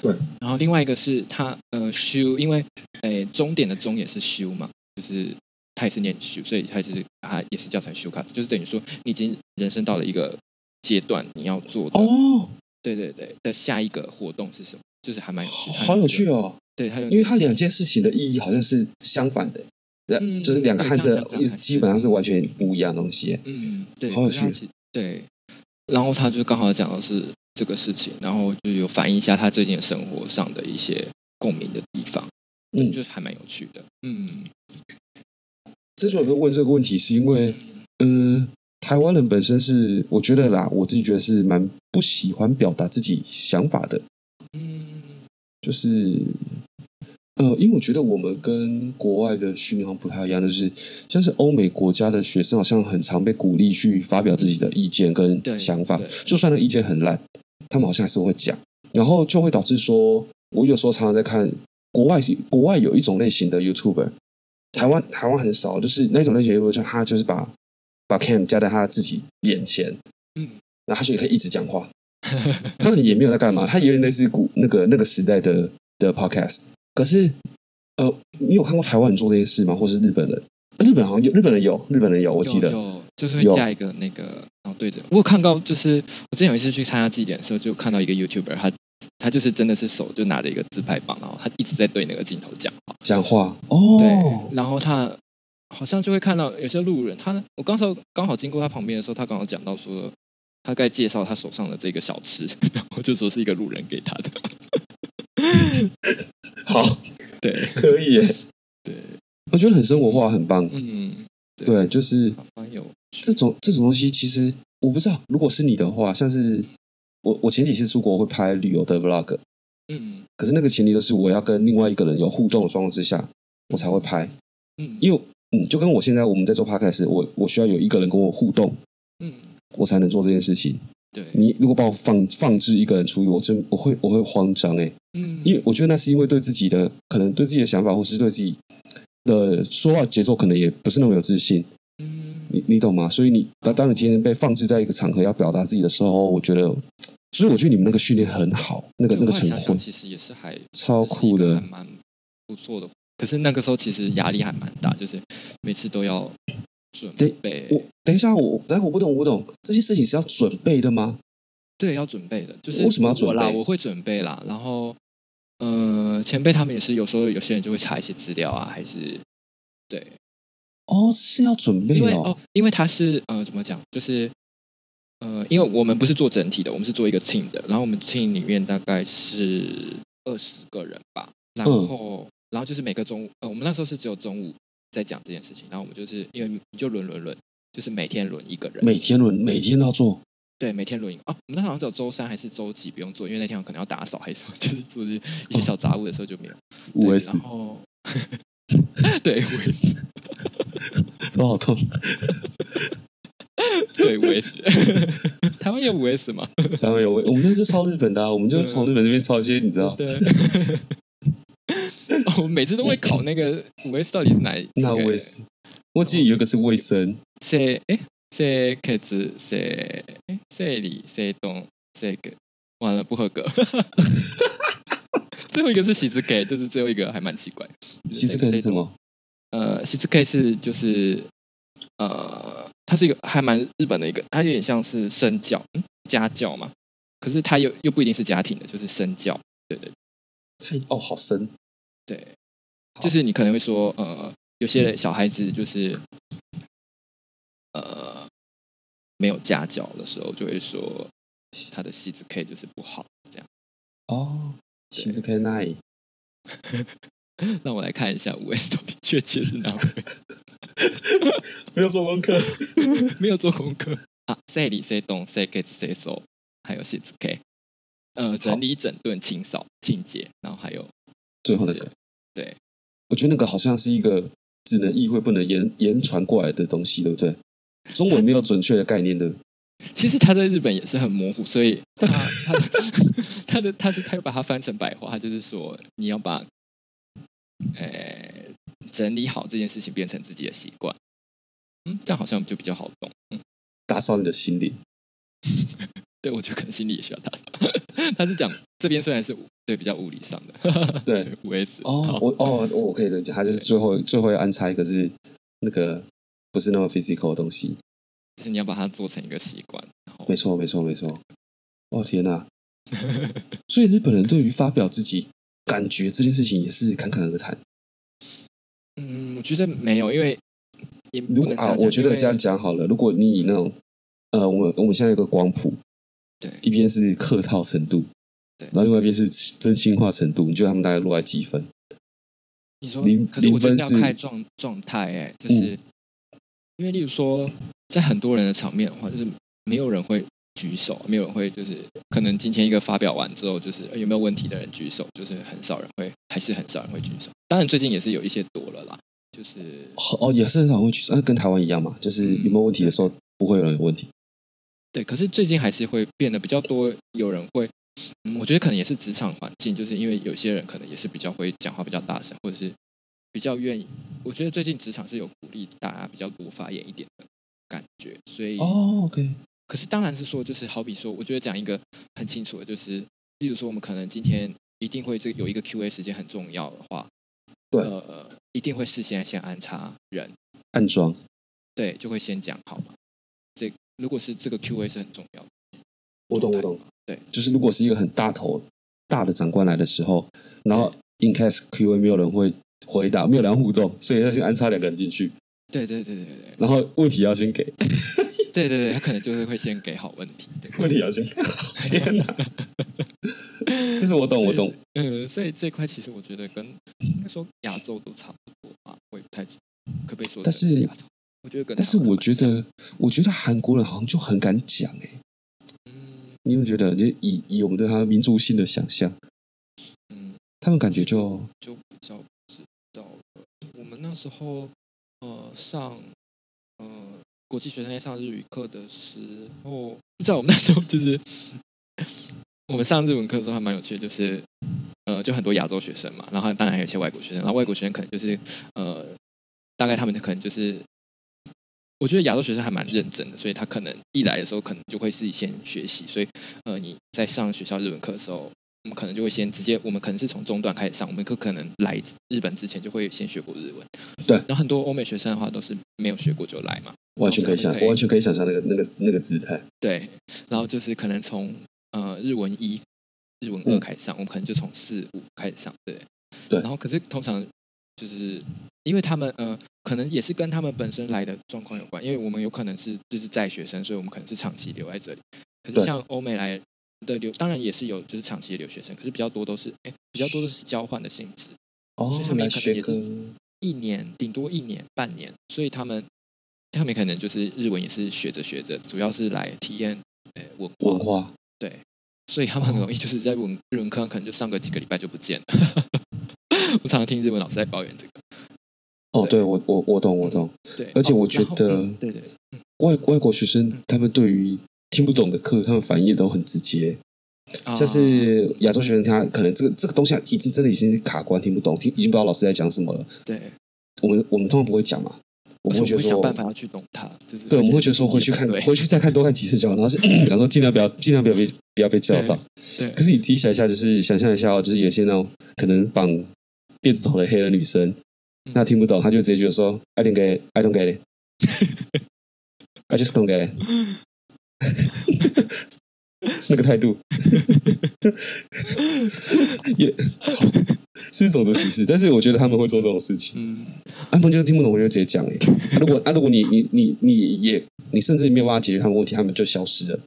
对。
然后另外一个是它呃 s h u 因为诶终点的终也是 s h u 嘛，就是它也是念 s h u 所以它就是把它也是叫成 s h u k a 就是等于说你已经人生到了一个阶段，你要做的、
哦，
对对对的下一个活动是什么，就是还蛮有趣，
好有趣
哦。
哦，
对，它有
因为它两件事情的意义好像是相反的，
嗯
就是两个汉字
对这样讲
意思基本上是完全不一样的东西。
嗯，对，
好有
这
趣
样其对，然后他就刚好讲的是这个事情，然后就有反映一下他最近生活上的一些共鸣的地方，
嗯，
就是还蛮有趣的。嗯，
之所以会问这个问题，是因为，嗯、台湾人本身是，我觉得啦，我自己觉得是蛮不喜欢表达自己想法的，
嗯， [LAUGHS]
就是，呃，因为我觉得我们跟国外的训练好像不太一样，就是像是欧美国家的学生，好像很常被鼓励去发表自己的意见跟
对
想法
对，
就算那意见很烂，他们好像还是会讲，然后就会导致说，我有时候常常在看国外，国外有一种类型的 YouTuber，台湾台湾很少，就是那种类型的 YouTuber，就他就是把把 Cam 加在他自己眼前，
嗯，
然后他就可以一直讲话，他们也没有在干嘛，他有点类似古那个那个时代的的 podcast。可是，呃，你有看过台湾人做这些事吗？或是日本人？呃日本好像有，日本人有，日本人有，我
我
记得
有有就是会
有
加一个那个，然后对着我有看到，就是我之前有一次去参加祭典的时候，就看到一个 YouTuber，他他就是真的是手就拿着一个自拍棒，然后他一直在对那个镜头讲。
讲话哦，
对，然后他好像就会看到有些路人，他我刚才刚好经过他旁边的时候，他刚好讲到说，他在介绍他手上的这个小吃， [LAUGHS] 然后就说是一个路人给
[LAUGHS]
他的。
好，
对，
可以耶，
[LAUGHS] 对，
我觉得很生活化，很
[LAUGHS]
棒。
嗯，
对，就是
蛮有趣
这种这种东西，其实我不知道，如果是你的话，像是我我前几次出国会拍旅游的 vlog，
嗯
可是那个前提都是我要跟另外一个人有互动的状况之下，我才会拍。
嗯，
因为嗯，就跟我现在我们在做 podcast，我我需要有一个人跟我互动，
嗯
我才能做这件事情。
对，
你如果把我放放置一个人出去，我真我会我会慌张诶、欸
嗯
因为我觉得那是因为对自己的可能对自己的想法，或是对自己的说话节奏可能也不是那么有自信，
嗯
你你懂吗？所以你当当你今天被放置在一个场合要表达自己的时候，我觉得，所以我觉得你们那个训练很好，那个
对
那个
后来
成
想想
混
其实也是还
超酷
就是一个
的
还，蛮不错的。可是那个时候其实压力还蛮大，就是每次都要准
对
备，
我等一下，我等一下我不懂，我不懂这些事情是要准备的吗？
对，要准备的，就是
为什么要准
我啦？
备
我会准备啦，然后呃，前辈他们也是有时候有些人就会查一些资料啊，还是对，
哦，是要准备
因为
哦
哦，因为他是呃怎么讲，就是呃，因为我们不是做整体的，我们是做一个 team 的，然后我们 team 里面大概是二十个人吧，
嗯
然后、然后就是每个中午，呃，我们那时候是只有中午在讲这件事情，然后我们就是因为你就轮轮轮，就是每天轮一个人，
每天轮，每天都要做。
对，每天轮一个哦，我们那好像只有周三还是周几不用做，因为那天我可能要打扫还是什么， [LAUGHS] 就是做一些
哦
小杂物的时候就没有。
五
对
S
然后， [LAUGHS] 对五 S，
头好痛，
对五 S，台湾有五 S 嘛？
台湾有我们那就抄日本的、啊，我们就从日本那边抄一些，你知道 [LAUGHS]
对。哦我每次都会考那个五 S 到底是哪一
那卫生，我记得有一个是卫生，
谁哎谁克子谁哎谁里谁东谁个完了不合格。 [LAUGHS] 最后一个是喜字给，就是最后一个还蛮奇怪。
其实这个是什么？
呃，西之 K 是就是呃，它是一个还蛮日本的一个，它有点像是身教、嗯、家教嘛，可是它又又不一定是家庭的，就是身教。
太哦，好深。
对，就是你可能会说，呃，有些人小孩子就是呃没有家教的时候，就会说他的戏子 K 就是不好。
哦，其实可以那里
让我来看一下五 S 到底确切是哪位， [LAUGHS]
没有做功课，
没有做功课啊。谁里谁懂谁给谁收，还有戏子 K，呃，整理整顿、清扫、清洁，然后还有
最后那个，
对，
我觉得那个好像是一个只能意会不能言言传过来的东西，对不对？中文没有准确的概念的，
其实他在日本也是很模糊，所以
啊
他他 [LAUGHS] 他的他是他又把它翻成白话，他就是说你要把，呃，整理好这件事情变成自己的习惯，嗯，这样好像就比较好懂。 [LAUGHS]
打扫你的心灵。
对，我觉得可能心里也需要打扫。 [LAUGHS] 他是讲这边虽然是对比较物理上的， [LAUGHS]
[LAUGHS] 对
五 S
哦，我哦，我可以理解，他就是最后最后要安插一个是那个不是那么 physical 的东西，
就是你要把它做成一个习惯，然后
没错，没错，没错。哦天哪、所以日本人对于发表自己感觉这件事情也是侃侃而谈。
嗯，我觉得没有，因为也
如
不
果
能
啊，我觉得这样讲好了。如果你以那种呃，我们我们现在有个光谱，
对
一边是客套程度，
对
然后另外一边是真心话程度。你觉得他们大概落在几分？
你说
零
可是我觉得
零分
这样
是嗯
看状状态、哎，就是、因为例如说，在很多人的场面的话，就是没有人会举手，没有人会就是可能今天一个发表完之后，就是、呃有没有问题的人举手，就是很少人会，还是很少人会举手。当然最近也是有一些多了啦，就是
哦，也是很少人会去，那跟台湾一样嘛，就是
嗯
有没有问题的时候不会有人有问题。
对，可是最近还是会变得比较多，有人会，嗯，我觉得可能也是职场环境，就是因为有些人可能也是比较会讲话比较大声，或者是比较愿意。我觉得最近职场是有鼓励大家比较多发言一点的感觉，所以，
哦，OK，
可是当然是说，就是好比说，我觉得讲一个很清楚的，就是例如说，我们可能今天一定会这有一个 Q&A 时间很重要的话，
对
呃，一定会事先先安插人，
暗装
对，就会先讲好嘛。这如果是这个 Q&A 是很重要的。
我
懂我懂。对，
就是如果是一个很大头大的长官来的时候，然后 in case Q&A 没有人会回答，没有人互动，所以要先安插两个人进去，
对对对对对对，
然后问题要先给，
对对对，他可能就是会先给好问题。对，
问
[LAUGHS]
题要先给。天哪！但是我懂，我懂。
呃，所以这块其实我觉得跟应该说亚洲都差不多吧，我也不太知可不可以说。
但是
亚洲，我觉得跟
但是
台湾
我
蛮
觉
像，
得，我觉得韩国人好像就很敢讲哎、
嗯
你有没有觉得？就以以我们对他民族性的想象，
嗯，
他们感觉就
就比较不知道了。我们那时候呃上呃国际学生在上日语课的时候，不知道我们那时候就是 [LAUGHS] 我们上日文课的时候还蛮有趣的，就是呃，就很多亚洲学生嘛，然后当然还有一些外国学生，然后外国学生可能就是呃，大概他们可能就是，我觉得亚洲学生还蛮认真的，所以他可能一来的时候可能就会自己先学习，所以呃，你在上学校日文课的时候，我们可能就会先直接，我们可能是从中段开始上，我们可可能来日本之前就会先学过日文，
对
然后很多欧美学生的话都是没有学过就来嘛，
完全可以想，
对
完全可以想象那个那个那个姿态。
对，然后就是可能从呃日文一、日文二
嗯
开始上，我们可能就从四五开始上，对。
对
然后可是通常就是因为他们呃，可能也是跟他们本身来的状况有关，因为我们有可能是就是在学生，所以我们可能是长期留在这里。可是
对
像欧美来的留，当然也是有就是长期的留学生，可是比较多都是哎比较多都是交换的性质。
哦
所以他，们
来
可能
学
也
个
是一年，顶多一年半年，所以他们他们可能就是日文也是学着学着，主要是来体验呃文化，
文化。
所以他们很容易就是在文日文课可能就上个几个礼拜就不见了。 [LAUGHS] 我常常听日文老师在抱怨这个，
哦，
对
对我我我懂我懂。
对，
而且
哦
我觉
然后
得
嗯对对，
外外国学
嗯
生他们对于听不懂的课，他们反应也都很直接。
啊
像是亚洲学生，他可能这个这个东西已经真的已经是卡关，听不懂，听已经不知道老师在讲什么了。
对，
我们我们通常不会讲嘛，我
而
们
且
会觉得
我们会
说
想，办法要去懂它，就是
对，我们会觉得说回去看，
对 [LAUGHS]
回去再看多看几次就好。然后是想说尽量不要，尽量不要被不要被叫到。
对
可是你自己想一下，就是想象一下哦，就是有些那种可能绑辫子头的黑人女生，
嗯
那听不懂，她就直接觉得说 I don't get it, I don't get it, [LAUGHS] I just don't get it，那个态度也是种族歧视，但是我觉得他们会做这种事情。
嗯， [LAUGHS]
啊，不然就是听不懂，我就直接讲哎、啊如果啊，如果你你你你也你甚至没有办法解决他们问题，他们就消失了。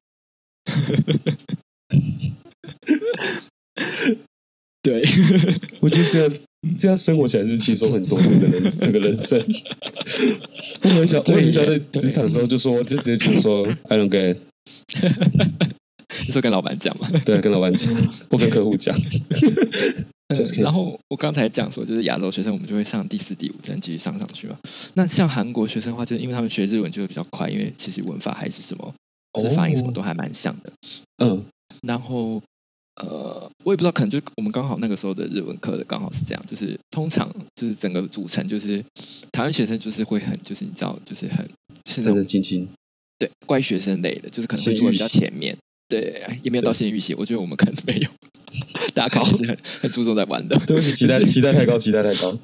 对， [LAUGHS]
我觉得这样这样生活起来是轻松很多，真的人这个人生。我很小，我
对耶
很小在职场的时候就说，就直接觉得说 I don't get，it
你说跟老板讲嘛。
对，跟老板讲，或跟客户讲。
嗯
Just kidding
然后我刚才讲说，就是亚洲学生我们就会上第四、第五站继续上上去嘛。那像韩国学生的话，就是因为他们学日文就会比较快，因为其实文法还是什么，
哦
就是发音什么都还蛮像的。
嗯，
然后呃，我也不知道，可能就我们刚好那个时候的日文课的刚好是这样，就是通常就是整个组成就是台湾学生就是会很就是你知道就是很是那
战
种
战兢兢。
对乖学生类的，就是可能
先
会坐得比较
预习
前面。对，也没有到先预习，我觉得我们可能没有， [LAUGHS] 大家可能是很很注重在玩的，
[LAUGHS] 对不起，期待期待太高，期待太高。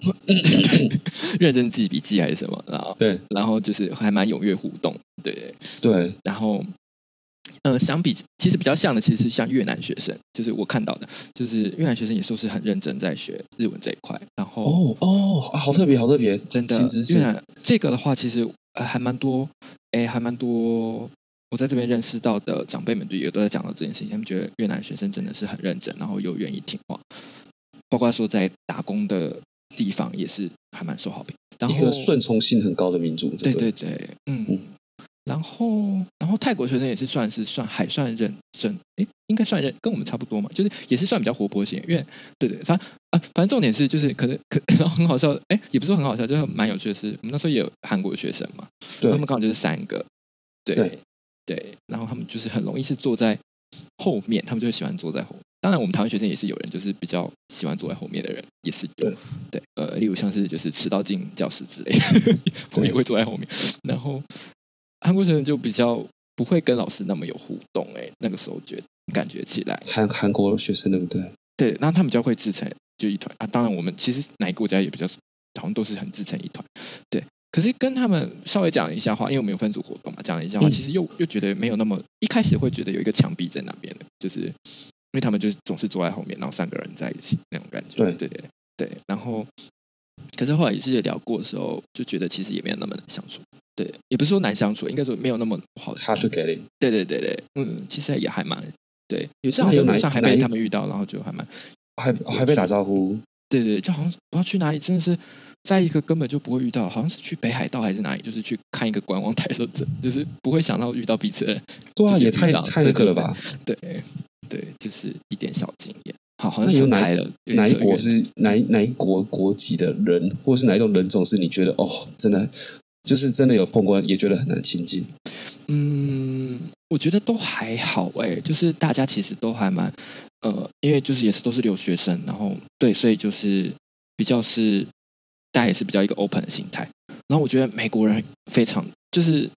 [LAUGHS] 认真记笔记还是什么，然后
对
然后就是还蛮踊跃互动， [LAUGHS] 对，
对，
然后。呃，相比其实比较像的，其实是像越南学生，就是我看到的，就是越南学生也都是很认真在学日文这一块。然后
哦哦，啊好特别，好特别，
真的
新知
越
识。
南这个的话，其实呃还蛮多，哎，还蛮多。我在这边认识到的长辈们，就也都在讲到这件事情。他们觉得越南学生真的是很认真，然后又愿意听话，包括说在打工的地方也是还蛮受好评。然
一
后
个顺从性很高的民族，
对
对
对
了
对，嗯。
嗯
然后，然后泰国学生也是算是算还算认真，诶，应该算认跟我们差不多嘛，就是也是算比较活泼型，因为对对，反啊，反正重点是就是可能可， [LAUGHS] 然后很好笑，诶，也不是说很好笑，就是蛮有趣的是，我们那时候也有韩国学生嘛，
对
他们刚好就是三个，对
对
对然后他们就是很容易是坐在后面，他们就会喜欢坐在后面。当然，我们台湾学生也是有人就是比较喜欢坐在后面的人，也是有
对
对呃，例如像是就是迟到进教室之类的， [LAUGHS] 我们也会坐在后面。然后韩国学生就比较不会跟老师那么有互动、欸，那个时候觉感觉起来，
韩韩国学生对不对？
对，然后他们比较会自成就一团啊。当然，我们其实哪一个国家也比较好像都是很自成一团，对。可是跟他们稍微讲一下话，因为我们有分组活动嘛，讲了一下话，
嗯
其实又又觉得没有那么一开始会觉得有一个墙壁在那边的，就是因为他们就是总是坐在后面，然后三个人在一起那种感觉，
对
对对对。然后，可是后来也是聊过的时候，就觉得其实也没有那么难相处，对，也不是说难相处，应该说没有那么好
Hard to get in。
对对对对，嗯，其实也还蛮对，有时
那
候好
有
像
哪
路上还
哪
被
一
他们遇到，然后就还蛮
还还被打招呼，
对对，就好像不知道去哪里，真的是在一个根本就不会遇到，好像是去北海道还是哪里，就是去看一个观光台的时候，真就是不会想到遇到彼此的人。
对啊，
就是
也
遇
太
到
太那个了
对对
吧？
对对，就是一点小经验。好，好
那
像
有
扯
哪
开了，有点
哪一
扯远
国是哪一哪一国国籍的人，或是哪一种人种是你觉得哦，真的就是真的有碰过，也觉得很难亲近？
嗯，我觉得都还好哎、就是大家其实都还蛮呃，因为就是也是都是留学生，然后对，所以就是比较是大家也是比较一个 open 的心态。然后我觉得美国人非常就是，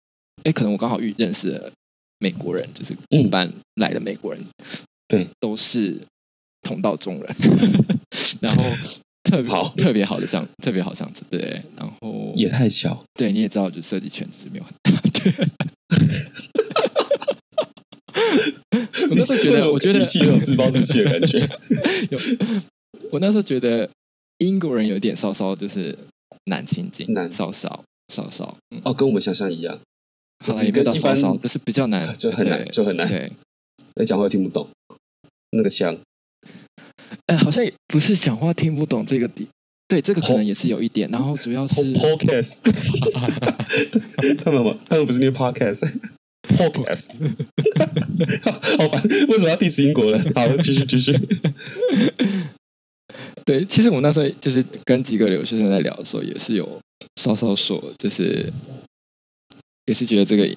哎，可能我刚好遇认识了美国人，就是
嗯
一般来的美国人，
对，
都是同道中人， [LAUGHS] 然后特别
好
特别好的相，特别好相处，对，然后
也太巧，
对，你也知道，就设计圈子没有很大。对， [LAUGHS] 我那时候觉
那
得，
[LAUGHS] 种
我觉得
语气有种自暴自弃的感觉。
有， [LAUGHS] 我那时候觉得英国人有点稍稍就是难亲近，
难
稍稍稍稍，嗯，
哦，跟我们想象一样，就
[LAUGHS] 好啦
是
啊也没
跟
有到
一
稍
般
稍，就是比较
[LAUGHS]
难，
就很难，
对
就很难，
对，
哎，讲话又听不懂，那个腔，
哎，好像也不是讲话听不懂这个底，对，这个可
吼
能也是有一点，然后主要
Po-
是
podcast，他们吗？他们不是念 podcast，podcast，好烦，为什么要 diss 英国人？好，继续继续。
对，其实我那时候就是跟几个留学生在聊的时候，也是有稍稍说，就是也是觉得这个，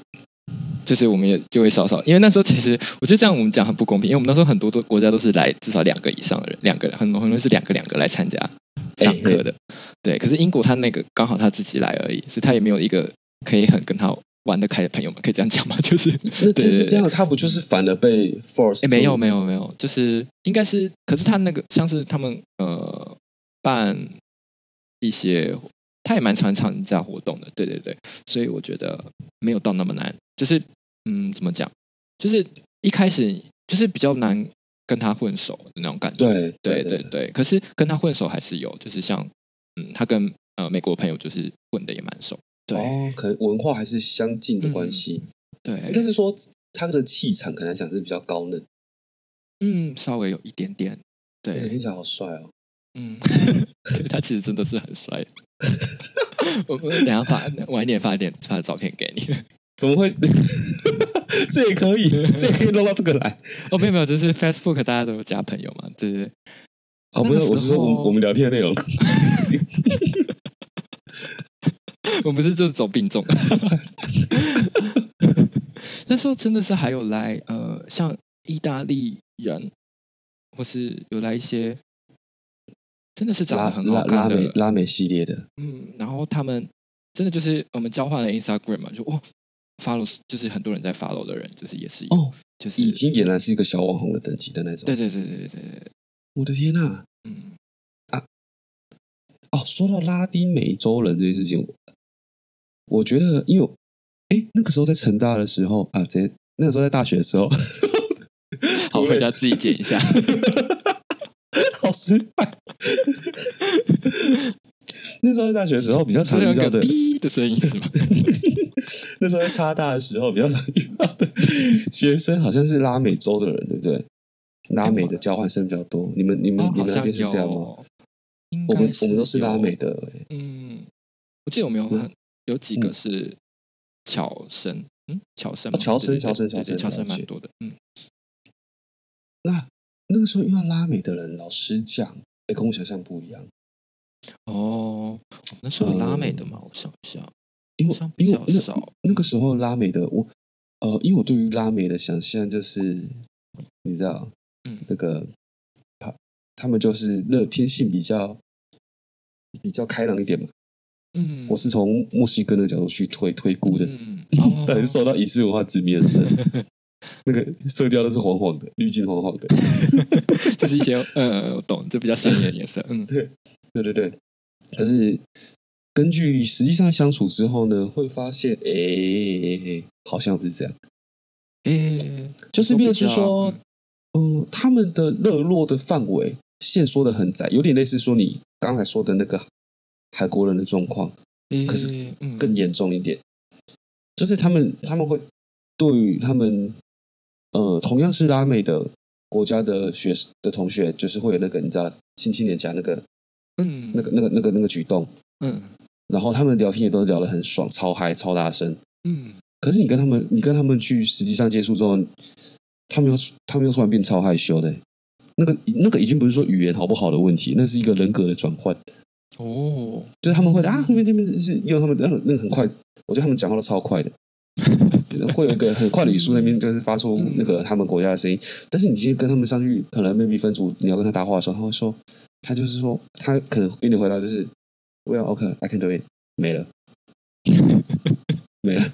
就是我们也就会稍稍，因为那时候其实我觉得这样我们讲很不公平，因为我们那时候很多都国家都是来至少两个以上的人，两个很很多是两个两个来参加上课的，对。可是英国他那个刚好他自己来而已，所以他也没有一个可以很跟他玩得开的朋友们，可以这样讲吗？ [LAUGHS] 就是
那但
对
是这样，他不就是反而被 force？
哎，没有没
有，
有没有，就是应该是，可是他那个像是他们呃办一些，他也蛮常参加活动的，对对对，所以我觉得没有到那么难，就是嗯怎么讲，就是一开始就是比较难跟他混熟的那种感觉。
对
对
对
对对，可是跟他混熟还是有，就是像嗯，他跟呃美国朋友就是混的也蛮熟，对、嗯
哦，可能文化还是相近的关系，
对，
应该是说他的气场可能来讲是比较高冷，
嗯，稍微有一点点，
感觉
对，
听起来好帅哦。
嗯， [LAUGHS] 对他其实真的是很帅。 [LAUGHS] 我我等一下发晚一点发一点他的照片给你。 [LAUGHS]
怎么会？ [LAUGHS] 这也可以，这也可以弄到这个来。
哦，没有没有，就是 Facebook 大家都有加朋友嘛，对对对。
哦，
那
不
个
是
时，候
我是说我们我们聊天的内容。
我们是就是走病重。 [LAUGHS] 那时候真的是还有来呃，像意大利人，或是有来一些真的是长
拉
得很
拉
好
拉
看
美
的，
拉美系列的，
嗯，然后他们真的就是我们交换了 Instagram 嘛，就哦 follow 就是很多人在 follow 的人，就是也是有，
哦
就是
已经俨然是一个小网红的等级的那
对
种。
对对对对对，
我的天呐！
嗯
哦，说到拉丁美洲人这件事情，我觉得因为我哎那个时候在成大的时候啊，直接那个时候在大学的时候， [LAUGHS]
好，
我也
回
是
家自己剪
[LAUGHS]
一下。
好失败。 [LAUGHS] 那时候在大学的时
[LAUGHS]
候比较常
这有
遇
一
到
个
的，
哔的声音是吗？
那时候在差大的时候 [LAUGHS] 比较常遇到的学生好像是拉美洲的人，对不对？拉美的交换生比较多，你们你们、
哎哦，
你
好
们那
像
边是这样吗？
有。哦应
我们
该
我们都是拉
有
美的、欸
嗯，我记得我们有
嗯
很有几个是侨生，嗯，侨生吗，
啊侨生
对对
侨生
对对对
侨
侨
生
生
了
蛮
解
多的，嗯，
那那个时候遇到拉美的人，老师讲，哎、跟我想象不一样，
哦，那是有拉美的嘛，我想一下，
呃因
好
为
像比
因为
较
那
少，
那个时候拉美的我，呃，因为我对于拉美的想象就是，你知道，
嗯
那个他他们就是那天性比较比较开朗一点嘛。
嗯，
我是从墨西哥那个角度去推推估的，
嗯，
[LAUGHS]
哦
但是受到仪式文化殖民很
[LAUGHS]
深，那个色调都是黄黄的，滤镜黄黄的。
就是一些呃，我懂，就比较鲜艳的颜
[LAUGHS]
色，嗯
对对对，可是根据实际上相处之后呢，会发现，哎、好像不是这样，
诶，
就是变成是
都
说
比较，
嗯、他们的热络的范围线缩的很窄，有点类似说你刚才说的那个韩国人的状况
诶
可是
嗯，
更严重一点，就是他们他们会对于他们呃同样是拉美的国家的学的同学，就是会有那个你知道亲亲脸颊那个
嗯
那个那个那个那个举动。
嗯
然后他们聊天也都聊得很爽，超嗨、超大声。
嗯，
可是你跟他们，你跟他们去实际上接触之后，他们又他们又突然变超害羞的欸、那个那个已经不是说语言好不好的问题，那是一个人格的转换， [LAUGHS]
哦，
就是他们会啊，那边那边是用他们那个那个很快，我觉得他们讲话都超快的，会有一个很快的语速那边就是发出那个他们国家的声音。但是你今天跟他们上去，可能 maybe 分组你要跟他搭话的时候，他会说，他就是说他可能给你回答就是 Well OK I can do it 没了。没了，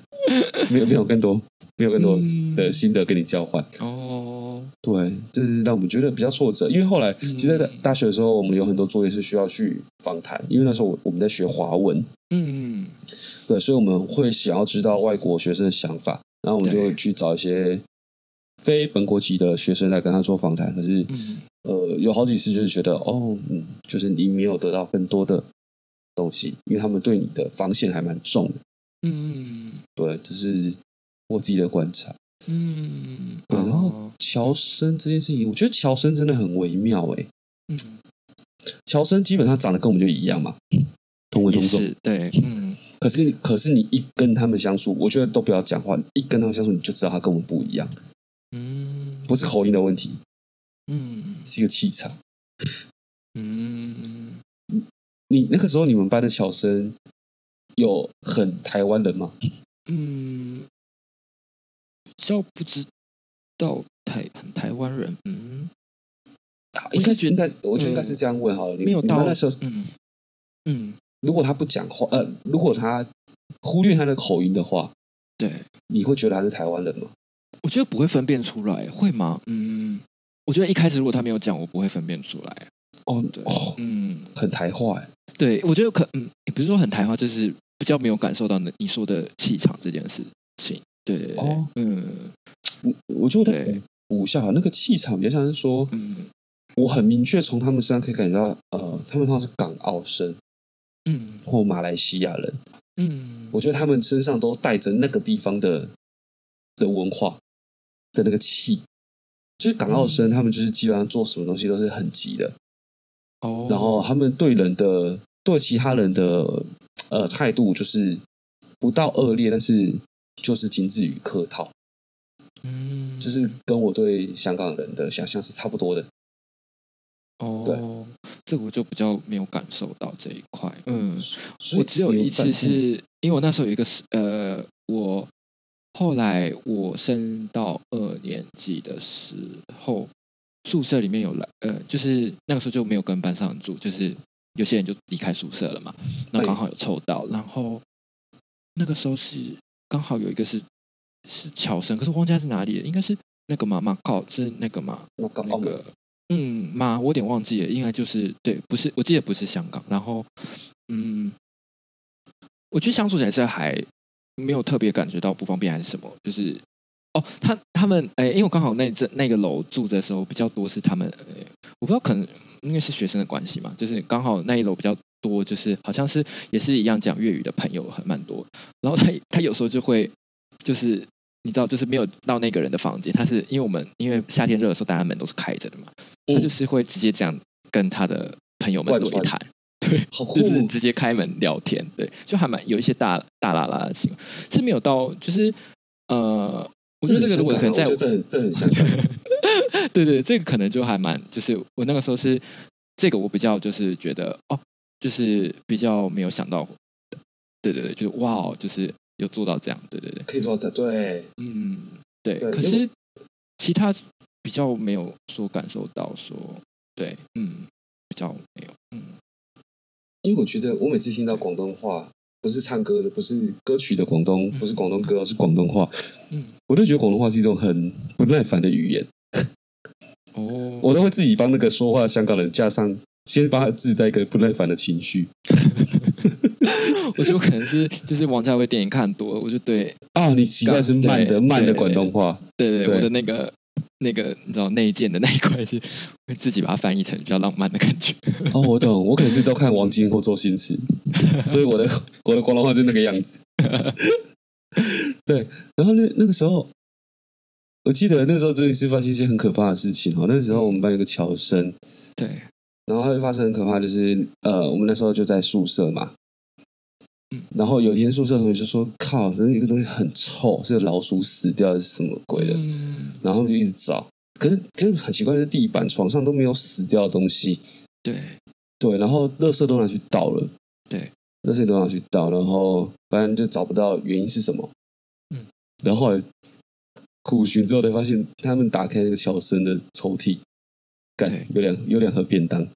没
[LAUGHS]
有没有更多，没有更多
嗯
的新的跟你交换。
哦，
对，这是让我们觉得比较挫折，因为后来
嗯
其实在大学的时候，我们有很多作业是需要去访谈，因为那时候我我们在学华文，
嗯
对，所以我们会想要知道外国学生的想法，然后我们就
对
会去找一些非本国籍的学生来跟他做访谈。可是，
嗯
呃，有好几次就是觉得，哦，嗯，就是你没有得到更多的东西，因为他们对你的防线还蛮重的。
嗯
对，这是我自己的观察。
嗯，
对，然后
哦
乔生这件事情，我觉得乔生真的很微妙诶、
嗯
乔生基本上长得跟我们就一样嘛，同文
嗯也
同种。
是对，嗯
可是你，可是你一跟他们相处，我觉得都不要讲话，一跟他们相处，你就知道他跟我们不一样，
嗯
不是口音的问题，
嗯
是一个气场。
嗯。
你那个时候你们班的乔生有很台湾人吗？
嗯，比较不知道台很台湾人，嗯
啊
我
应
是
该是
觉得嗯
应该是，我觉得应该是这样问好了。你
没有
你
到
们那时候，
嗯嗯，
如果他不讲话，呃，如果他忽略他的口音的话，
对，
你会觉得他是台湾人吗？
我觉得不会分辨出来，会吗？嗯，我觉得一开始如果他没有讲，我不会分辨出来。
哦
对，
哦，
嗯，
很台化哎。
对，我觉得可嗯，也不是说很台话，就是比较没有感受到你你说的气场这件事情。对对对，
哦
嗯
我我觉得
对
我武校那个气场比较像是说，
嗯
我很明确从他们身上可以感觉到，呃，他们通常是港澳生
嗯
或马来西亚人，
嗯，
我觉得他们身上都带着那个地方的的文化的那个气。就是港澳
嗯
生，他们就是基本上做什么东西都是很急的，
哦，
然后他们对人的对其他人的呃态度就是不到恶劣，但是就是仅止于客套，
嗯，
就是跟我对香港人的想象是差不多的。
哦，这个我就比较没有感受到这一块。嗯，
所以
我只有一次
感
是因为我那时候有一个是呃，我后来我升到二年级的时候，宿舍里面有来呃，就是那个时候就没有跟班上住，就是有些人就离开宿舍了嘛，那
哎
刚好有凑到，然后那个时候是刚好有一个是是侨生，可是我忘记他是哪里的，应该是那个嘛马告是那个嘛
那个
那
澳门
个，嗯，妈，我有点忘记了，应该就是对，不是，我记得不是香港。然后，嗯，我觉得相处起来是还没有特别感觉到不方便还是什么，就是哦，他他们哎，因为我刚好那这那个楼住的时候比较多是他们，哎我不知道可能因为是学生的关系嘛，就是刚好那一楼比较多，就是好像是也是一样讲粤语的朋友很蛮多，然后他他有时候就会就是你知道，就是没有到那个人的房间，他是因为我们因为夏天热的时候，大家门都是开着的嘛，
嗯
他就是会直接这样跟他的朋友们
贯
对
穿嗯
谈，
好酷哦
就，是直接开门聊天，对，就还蛮有一些大大拉拉的行为，是没有到就是呃，我觉得这个如果可能在
我觉得这很这很香港，
对对，这个可能就还蛮，就是我那个时候是这个我比较就是觉得哦，就是比较没有想到，对对对，就是哇哦，就是有做到这样，对对对，
可以做到这对。
嗯，对。
对
可
因为
是其他比较没有说感受到说，对，嗯，比较没有，嗯，
因为我觉得我每次听到广东话，不是唱歌的，不是歌曲的广东，不是广东歌，是广东话，
嗯，
我都觉得广东话是一种很不耐烦的语言。
哦，
我都会自己帮那个说话的香港人加上，先帮他自带一个不耐烦的情绪
[LAUGHS] 我觉得我可能是就是王家卫电影看多了，我就对
啊。你习惯是慢
对
的慢的
对
广东话，
对对
对
我的那个。那个你知道内建的那一块是会自己把它翻译成比较浪漫的感觉， [LAUGHS]
哦，我懂，我可能是都看王晶或周星驰，所以我的我的广东话是那个样子。对，然后那那个时候，我记得那时候真的是发生一些很可怕的事情哦。那时候我们班有个侨生，
对，
然后他就发生很可怕，就是呃，我们那时候就在宿舍嘛
嗯。
然后有一天宿舍同学就说：“靠，真的有一个东西很臭，是老鼠死掉还是什么鬼的？”
嗯，
然后就一直找，可是可是很奇怪，就是地板、床上都没有死掉的东西，
对，
对，然后垃圾都拿去倒了，
对，
垃圾都拿去倒，然后反正就找不到原因是什么，
嗯，
然后后来苦寻之后才发现，他们打开那个小生的抽屉，干
对
有两有两盒便当，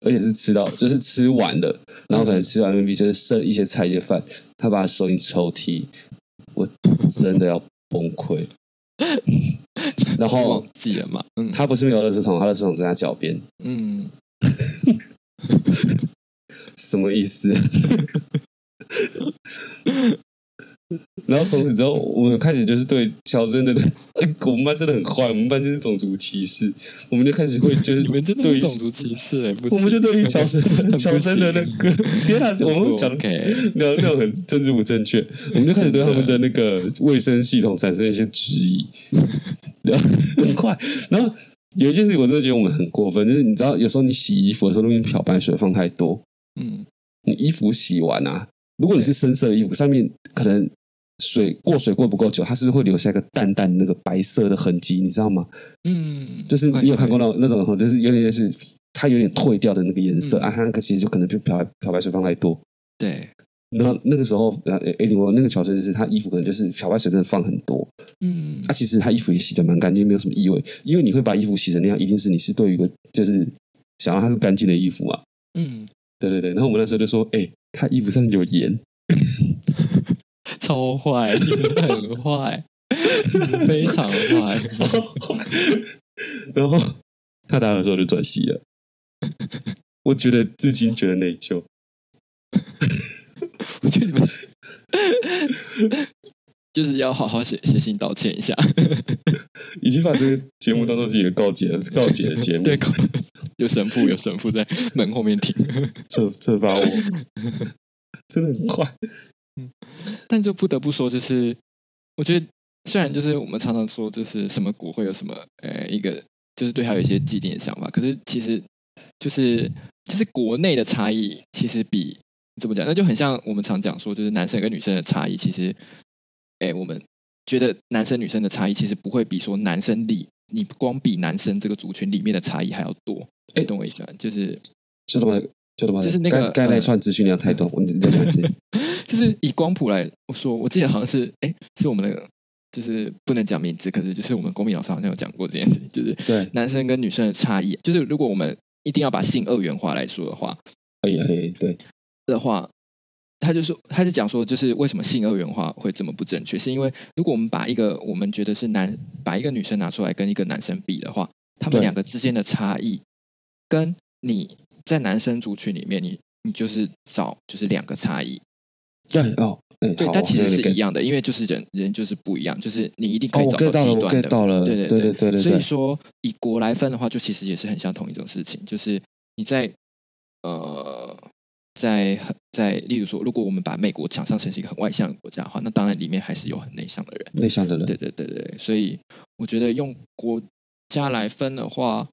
而且是吃到就是吃完了，然后可能吃完 maybe 就是剩一些菜一些饭，他把它收进抽屉，我真的要崩溃。 [LAUGHS] 然后
忘记了嘛， [LAUGHS] 嗯，
他不是没有垃圾桶，他垃圾桶在他脚边，
嗯，
什么意思？ [LAUGHS] 然后从此之后，我们开始就是对乔真的， [LAUGHS] 我们班真的很坏，我们班就是种族歧视，我们就开始会就是
[LAUGHS] 你们真的
对
是
于
种族歧视哎、不
我们就对于
[LAUGHS]
乔生
很不哦
乔生的那个，天啊，我们讲
OK，
聊那种很政治不正确，我们就开始对他们的那个卫生系统产生一些质
[LAUGHS]
疑，然后很快，然后有一件事情我真的觉得我们很过分，就是你知道，有时候你洗衣服的时候，那边漂白水放太多，
嗯，
你衣服洗完啊，如果你是深色的衣服，上面可能水过水过不够久，它是不是会留下一个淡淡那个白色的痕迹，你知道吗？
嗯，
就是你有看过
到
那种那种，就是有点是它有点褪掉的那个颜色、
嗯
啊，它那个其实就可能就漂白漂白水放太多。
对，
然后那个时候，呃，艾琳我那个乔生就是他衣服可能就是漂白水真的放很多，
嗯
他、其实他衣服也洗的蛮干净，没有什么异味。因为你会把衣服洗成那样，一定是你是对于一个就是想让它是干净的衣服嘛，啊
嗯，
对对对。然后我们那时候就说，哎、他衣服上有盐，
超坏，你们很
[LAUGHS]
坏，你们非常坏，
然后他打的时候就转系了。我觉得至今觉得内疚，
[LAUGHS] 我觉得你们就是要好好写写信道歉一下。
已经把这个节目当做是一个告解告解的节目，
对， [LAUGHS] 有神父有神父在门后面听，
惩惩罚我，真的很快。
但就不得不说，就是我觉得虽然就是我们常常说就是什么股会有什么呃一个就是对它有一些既定的想法，可是其实就是就是国内的差异其实比怎么讲，那就很像我们常讲说就是男生跟女生的差异，其实哎我们觉得男生女生的差异其实不会比说男生里你光比男生这个族群里面的差异还要多，
哎
你懂我意思吗？就是
就他妈，就他妈的，
就是那个呃
该该那串资讯量太多，我你再讲一
[LAUGHS]
次。
就是以光谱来说，我记得好像是哎，是我们的就是不能讲名字，可是就是我们公民老师好像有讲过这件事情，就是
对，
男生跟女生的差异，就是如果我们一定要把性二元化来说的话
哎呀，哎，对，
的话，他就说他是讲说，就是为什么性二元化会这么不正确，是因为如果我们把一个我们觉得是男把一个女生拿出来跟一个男生比的话，他们
对
两个之间的差异，跟你在男生族群里面，你你就是找就是两个差异，
对哦，哎，
对，
好
它其实是一
样。
样的，因为就是人人就是不一样，就是你一定
哦，
可以
我
找
get
到
到了，
极
我
端
get
的。
到了，
对对
对对对
所以
对，
说，以国来分的话，就其实也是很像同一种事情，就是你在呃，在在，例如说，如果我们把美国想象成是一个很外向的国家的话，那当然里面还是有很内向的人。
内向的人，
对对对对，所以我觉得用国家来分的话，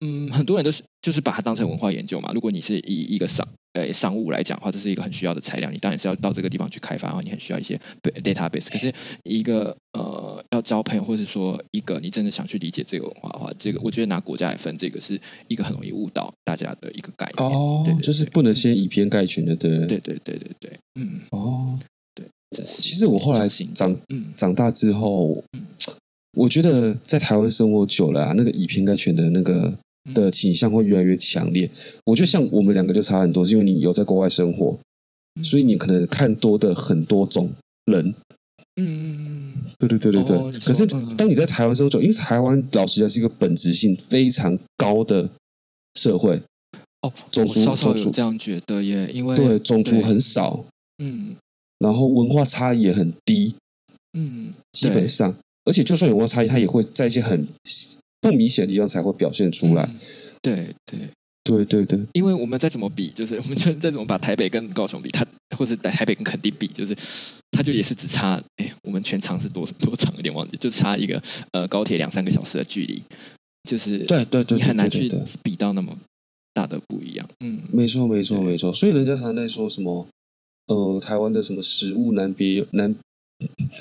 嗯，很多人都是就是把它当成文化研究嘛。如果你是以一个商呃商务来讲的话，这是一个很需要的材料，你当然是要到这个地方去开发，然后你很需要一些 ba- database。可是一个呃要交朋友，或是说一个你真的想去理解这个文化的话，这个我觉得拿国家来分，这个是一个很容易误导大家的一个概念。
哦
对对，对
就是不能先以偏概全的，对不
对对对对对，嗯，
哦，
这是
其实我后来
小心
长
嗯
长大之后，我觉得在台湾生活久了、啊，那个以偏概全的那个
嗯
的倾向会越来越强烈。我觉得像我们两个就差很多，是因为你有在国外生活，所以你可能看多的很多种人。
嗯嗯嗯
对对对对对。
哦你说
可是
嗯
当你在台湾生活久，因为台湾老实讲是一个本质性非常高的社会，
哦，
种
我
族
稍稍
种族
有这样觉得耶，因为
对种族
对
很少，
嗯
然后文化差异也很低。
嗯
基本上，而且就算有文化差异，它也会在一些很不明显的地方才会表现出来。
嗯对对，
对对对，
因为我们再怎么比，就是我们就再怎么把台北跟高雄比，它或者台北跟垦丁比，就是它就也是只差，哎，我们全长是多多长有点忘记，就差一个呃高铁两三个小时的距离，就是
对对对
你很
对
难
对
去
对，
比到那么大的不一样。嗯，
没错没错
对
没错。所以人家常在说什么，呃，台湾的什么食物南别有南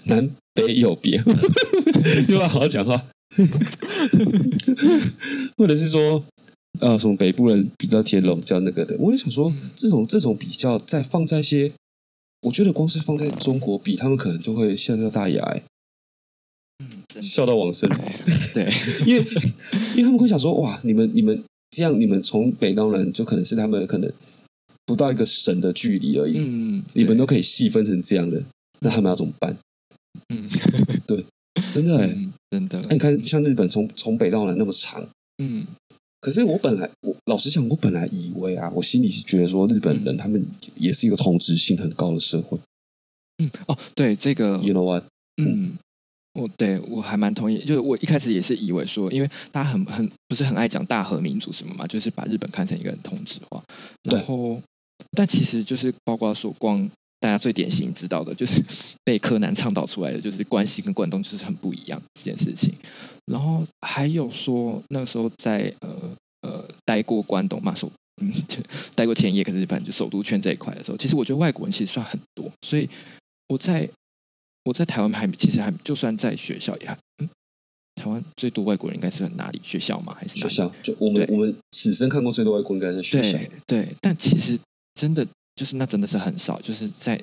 南北有别， [LAUGHS] 又要好好讲话， [LAUGHS] 或者是说。呃，什么北部人比较天龙，比较那个的，我就想说，
嗯
这种这种比较，再放在一些，我觉得光是放在中国比，他们可能就会笑掉大牙、欸
嗯真的
笑到往生，
对，
[LAUGHS] 因为因为他们会想说，哇，你们你们这样，你们从北到南就可能是他们可能不到一个省的距离而已，
嗯，
你们
对
都可以细分成这样的，那他们要怎么办？
嗯，
真的、欸，
嗯真的，
那你看像日本从从北到南那么长，
嗯，
可是我本来我老实讲，我本来以为啊，我心里是觉得说日本人
嗯
他们也是一个同质性很高的社会、
嗯，哦，对，这个
y o u know what？
嗯，我对我还蛮同意，就是我一开始也是以为说，因为大家很很不是很爱讲大和民族什么嘛，就是把日本看成一个很同质化，
对
然后但其实就是包括说光。大家最典型知道的就是 [LAUGHS] 被柯南倡导出来的，就是关西跟关东就是很不一样这件事情。然后还有说那时候在呃呃待过关东嘛，首嗯就待过千叶，可是反正就首都圈这一块的时候，其实我觉得外国人其实算很多，所以我在我在台湾还其实还就算在学校也还，嗯，台湾最多外国人应该是哪里？学校吗？还是
学
哪里？
校就我们
对
我们此生看过最多外国人应该是学校，
对对，但其实真的就是那真的是很少，就是在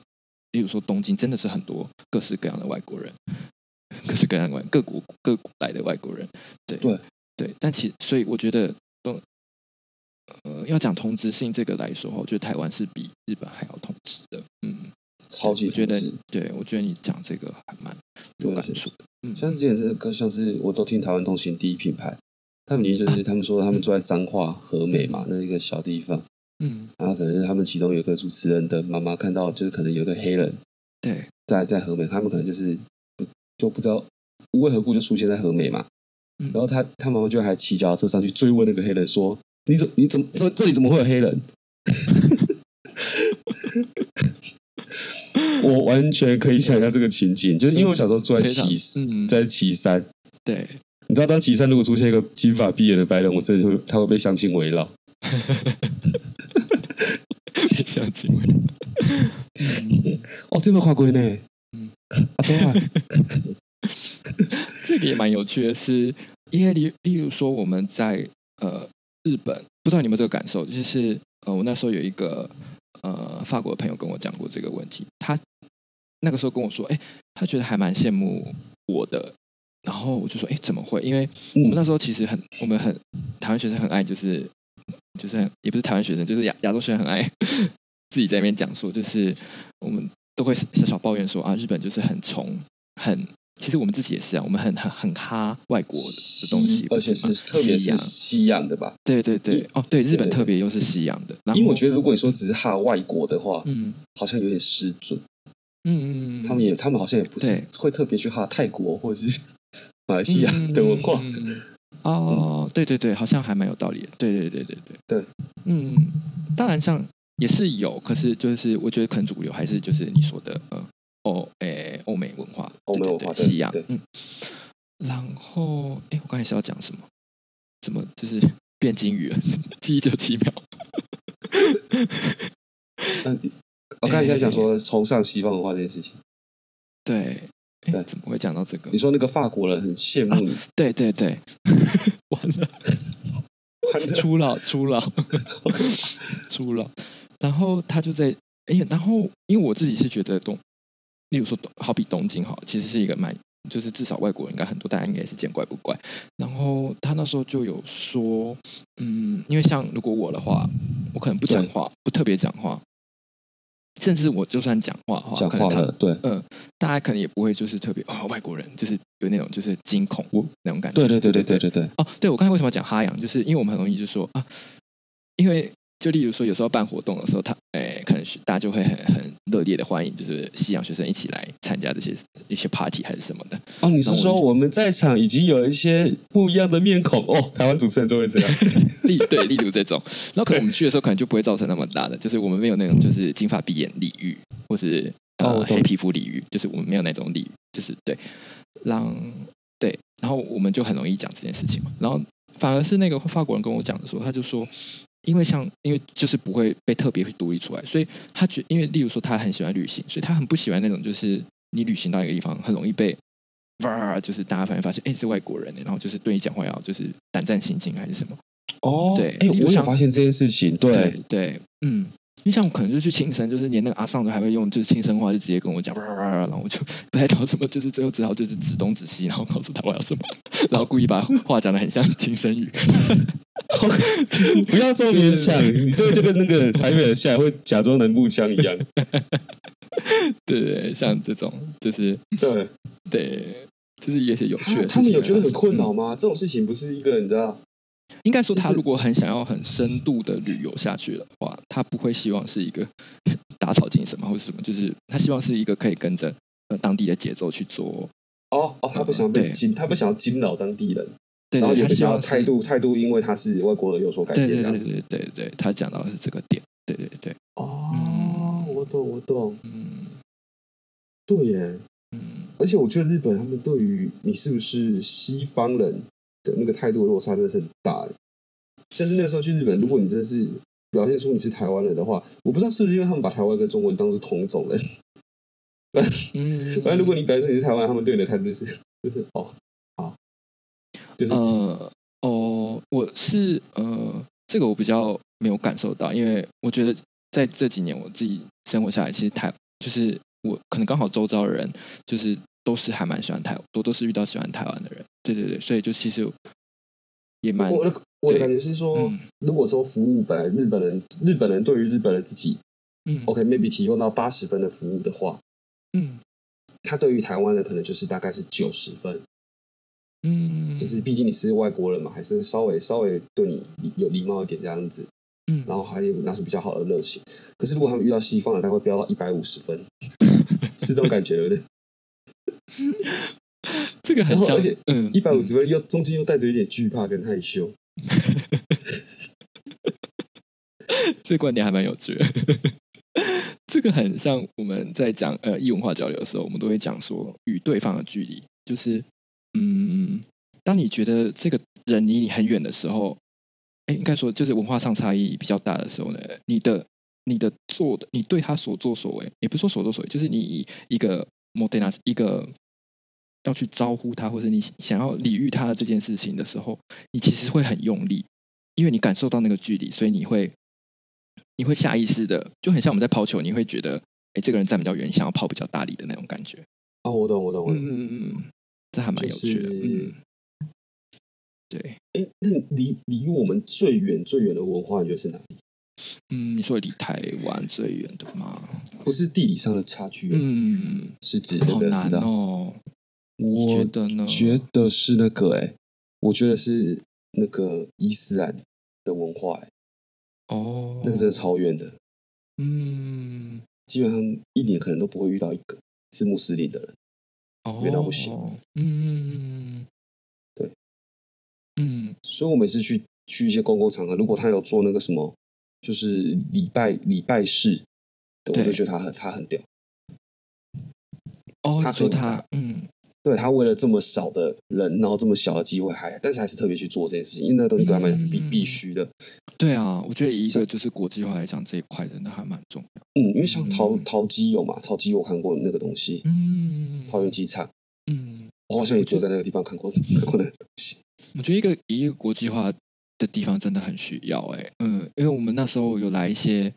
例如说东京，真的是很多各式各样的外国人， [LAUGHS] 各式各样的外各国各国来的外国人，对
对
对，但其所以我觉得东呃要讲同质性这个来说，我觉得台湾是比日本还要同质的，嗯，
超级
我觉
同
得
质。
对我觉得你讲这个还蛮有
对
感
是
触的，嗯，
像之前这个，像是我都听台湾通勤第一品牌，他们里面就是他们说他们住在彰化和美嘛，那一个小地方，
嗯
然后可能是他们其中有一个主持人的妈妈看到，就是可能有一个黑人
对
在在和美，他们可能就是不就不知道无为何故就出现在和美嘛。
嗯
然后他他妈妈就还骑脚踏车上去追问那个黑人说：“你怎你怎么这这里怎么会有黑人？” [LAUGHS] 我完全可以想象这个情景，就是因为我小时候住在
非常
旗山
嗯
在旗山，
对， [LAUGHS]
你知道，当旗山如果出现一个金发碧眼的白人，我真的会他会被相亲围绕。
相亲会，
哦，这边划过呢。嗯
嗯，
啊，对啊，
这个也蛮有趣的是，因为例例如说我们在呃日本，不知道你有没有这个感受，就是呃我那时候有一个呃法国的朋友跟我讲过这个问题，他那个时候跟我说，哎、他觉得还蛮羡慕我的。然后我就说，哎，怎么会？因为我们
嗯
那时候其实很，我们很台湾学生很爱，就是就是很也不是台湾学生，就是亚亚洲学生很爱 [LAUGHS] 自己在那边讲说，就是我们都会小小抱怨说啊，日本就是很穷，很其实我们自己也是啊，我们很很很哈外国的东西，
而且
不
是
吗
特别
西
是
洋
西洋的吧？
对对对，哦对，日
对对
本
对
特别又是西洋的，然后
因为我觉得，如果你说只是哈外国的话，
啊嗯
好像有点失准。
嗯嗯嗯，
他们也，他们好像也不是
对
会特别去哈泰国或者是马来西亚的文化。
嗯嗯嗯嗯哦，对对对，好像还蛮有道理的。对对对对对
对，
嗯，当然像也是有，可是就是我觉得可能主流还是就是你说的呃，欧诶欧美文化，
欧美文化
对对
对
对西洋
对，
嗯。然后诶，我刚才是要讲什么？怎么就是 [LAUGHS] 变金鱼了？记忆就奇妙。嗯
那你我刚才在讲说崇尚西方文化这件事情，
对，诶
对
怎么会讲到这个
你？说那个法国人很羡慕你，
对对对， [LAUGHS] 完了。
完了
初老，
[LAUGHS]
初老，初老。然后他就在，哎呀，然后因为我自己是觉得东，例如说东，好比东京哈，其实是一个蛮，就是至少外国人应该很多，大家应该是见怪不怪。然后他那时候就有说，嗯，因为像如果我的话，我可能不讲
对
话，不特别讲话，甚至我就算讲话的话，
讲
可能
话
他
了，对，
大家可能也不会就是特别哦，外国人就是有那种就是惊恐那种感觉。
嗯对对对对对对对，
哦，对，我刚才为什么要讲哈洋，就是因为我们很容易就说啊，因为就例如说有时候办活动的时候，他诶可能是大家就会很很热烈的欢迎，就是西洋学生一起来参加这些一些 party 还是什么的。
哦，你是
那我
说我们在场已经有一些不一样的面孔哦？台湾主持人就会这样，
[LAUGHS] 例对，例如这种，然后可能我们去的时候可能就不会造成那么大的，就是我们没有那种就是金发碧眼礼遇，或是呃、
哦我懂
黑皮肤礼遇，就是我们没有那种礼，就是对，让对，然后我们就很容易讲这件事情嘛。然后反而是那个法国人跟我讲的时候，他就说，因为像因为就是不会被特别独立出来，所以他觉因为例如说他很喜欢旅行，所以他很不喜欢那种就是你旅行到一个地方很容易被。哇，就是大家反而发现，哎、是外国人，然后就是对你讲话要就是胆战心惊还是什么，
哦
对
哎，
你就
我有
像
发现这件事情，对，
对，嗯，因为像我可能就去轻声，就是连那个阿尚都还会用就是轻声话，就直接跟我讲，哇哇哇然后我就 [LAUGHS] 不太懂什么，就是最后只好就是指东指西，然后告诉他我要什么，然后故意把话讲的很像轻声语，
[LAUGHS] 不要这么勉强，你这个就跟那个台北人下来会假装南部腔一
[LAUGHS]
样。
对对对，像这种就是
对，
对，就是也是有趣
他
的事情
他们有觉得很困
嗯
扰吗？这种事情不是一个你啊知道？
应该说，
就
他
是
如果很想要很深度的旅游下去的话，他不会希望是一个打草惊蛇嘛，或是什么，就是他希望是一个可以跟着呃当地的节奏去做。
哦哦，他不想
嗯
被
对
惊，他不想要惊扰当地人，
对
然后
对，
也
他
不
希
想要
望是
态度态度，因为他是外国人有所改
对
变这
对
样
对
子。
对对对，他讲到的是这个点。对对对，
哦，我懂我懂，
嗯
对耶。
嗯，
而且我觉得日本他们对于你是不是西方人的那个态度的落差真的是很大耶。像是那时候去日本，如果你真的是表现出你是台湾人的话，我不知道是不是因为他们把台湾跟中文当做同种人，[LAUGHS]
嗯，
反正如果你表现出你是台湾人，他们对你的态度就是就是哦好，就是
呃哦，我是呃，这个我比较没有感受到，因为我觉得在这几年我自己生活下来，其实台就是我可能刚好周遭的人就是都是还蛮喜欢台，都都是遇到喜欢台湾的人，对对对，所以就其实也蛮
我的我的
对
感觉是说，
嗯
如果说服务本来日本人日本人对于日本人自己
嗯
OK maybe 提供到八十分的服务的话，
嗯
他对于台湾人可能就是大概是九十分，
嗯，
就是毕竟你是外国人嘛，还是稍微稍微对你有礼貌一点这样子，
嗯
然后还有拿出比较好的热情。可是如果他们遇到西方人，他会飙到一百五十分， [LAUGHS] 是这种感觉，对不对？
这个很
然后
像，
而且
嗯，
一百五十分又中间又带着一点惧怕跟害羞，
嗯这个观点还蛮有趣的。 [LAUGHS] 这个很像我们在讲呃异文化交流的时候，我们都会讲说与对方的距离，就是嗯，当你觉得这个人离你很远的时候，哎，应该说就是文化上差异比较大的时候呢，你的你的做的，你对他所作所为，也不是说所作所为，就是你以一个 moderna 一个要去招呼他，或者你想要礼遇他的这件事情的时候，你其实会很用力，因为你感受到那个距离，所以你会你会下意识的，就很像我们在抛球，你会觉得，哎，这个人站比较远，你想要抛比较大力的那种感觉。
哦，我懂，我懂，我
嗯
懂。
嗯嗯嗯，这还蛮有趣
就
的。
是
嗯，对，
哎、那离离我们最远最远的文化，你觉得是哪里？
嗯，你说离台湾最远的吗？
不是地理上的差距哦，
嗯，
是指那
好
个你
难
知道
哦。你觉
我
得呢？
觉得是那个哎、我觉得是那个伊斯兰的文化哎、
哦，
那个真的超远的，
嗯，
基本上一年可能都不会遇到一个是穆斯林的人。
哦，
远到不行
嗯，
对，
嗯，
所以我每次去去一些公共场合，如果他有做那个什么，就是礼拜礼拜式的，我
对
就觉得他很他很屌。
哦，
他啊
你说
很有
他
大，
嗯，
对他为了这么少的人，然后这么小的机会还，但是还是特别去做这件事情，因为那个东西对他们来讲是必
嗯
必须的。
对啊，我觉得以一
像
个就是国际化来讲这一块的，那还蛮重要。
嗯，因为像陶
嗯
陶机有嘛，陶机我看过那个东西，
嗯，
桃园机场，
嗯，
我好像也就在那个地方看过看过那个东西。
我觉得一个以一个国际化的地方真的很需要哎、嗯，因为我们那时候有来一些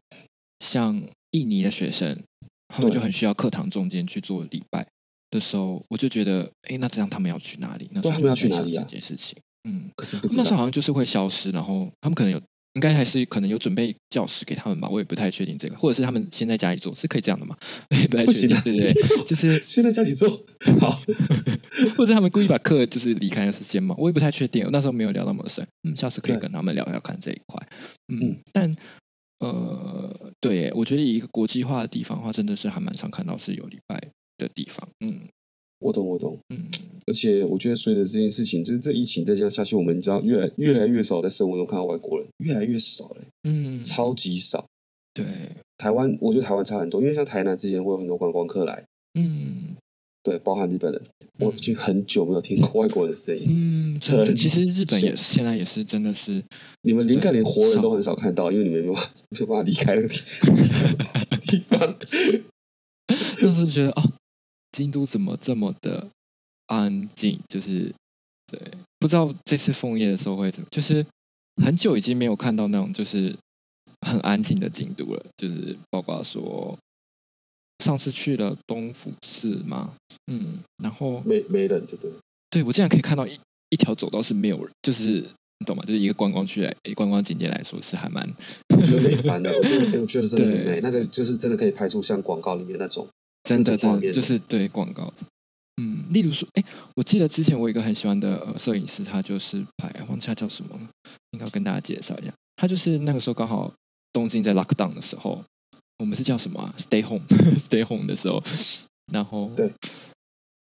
像印尼的学生，他们
对
就很需要课堂中间去做礼拜的时候，我就觉得，哎，那这样他们要去哪里？那
对
时候
他们要
就
去
在
哪
想
里啊
这件事情，嗯，
可是不知
那时候
道，
好像就是会消失，然后他们可能有，应该还是可能有准备教室给他们吧，我也不太确定这个，或者是他们先在家里做，是可以这样的吗？ [LAUGHS] 我也不太
不
确
行
定，
啊，
对对对， [LAUGHS] 就是
现在家里做好， [LAUGHS]
[LAUGHS] 或者他们故意把课就是离开的时间嘛，我也不太确定，我那时候没有聊那么深。嗯，下次可以
对
跟他们聊聊看这一块。嗯，
嗯
但呃，对耶，我觉得以一个国际化的地方的话，真的是还蛮常看到是有礼拜的地方。嗯
我懂我懂。
嗯，
而且我觉得随着这件事情，就是这疫情再这样下去，我们知道越来越来越少在生活中看到外国人，越来越少了、
嗯，
超级少。
对，
台湾，我觉得台湾差很多，因为像台南之前会有很多观光客来，
嗯
对，包含日本人，我已经很久没有听过外国人的声音。
嗯，真的，
很
其实日本也
少
是现在也是真的是
你们连看连活人都很少看到，因为你们没有办法没有办法离开那
[LAUGHS]
个地地方。
就是觉得哦，京都怎么这么的安静？就是对，不知道这次枫叶的时候会怎么，就是很久已经没有看到那种就是很安静的京都了，就是包括说上次去了东福寺嘛，嗯，然后
没没人就对了，
对我竟然可以看到一一条走道是没有人，就是。你懂吗？就是一个观光区来，观光景点来说是还蛮
我觉得没烦的，我觉得、哎我觉得真的很
对
美，那个就是真的可以拍出像广告里面那种，
真的
那种画
真的
面
就是对广告。嗯，例如说，哎，我记得之前我有一个很喜欢的呃摄影师，他就是拍，哎忘记他叫什么了，应该要跟大家介绍一下。他就是那个时候刚好东京在 lockdown 的时候，我们是叫什么、啊、？Stay home，Stay home [LAUGHS] 的时候，然后
对，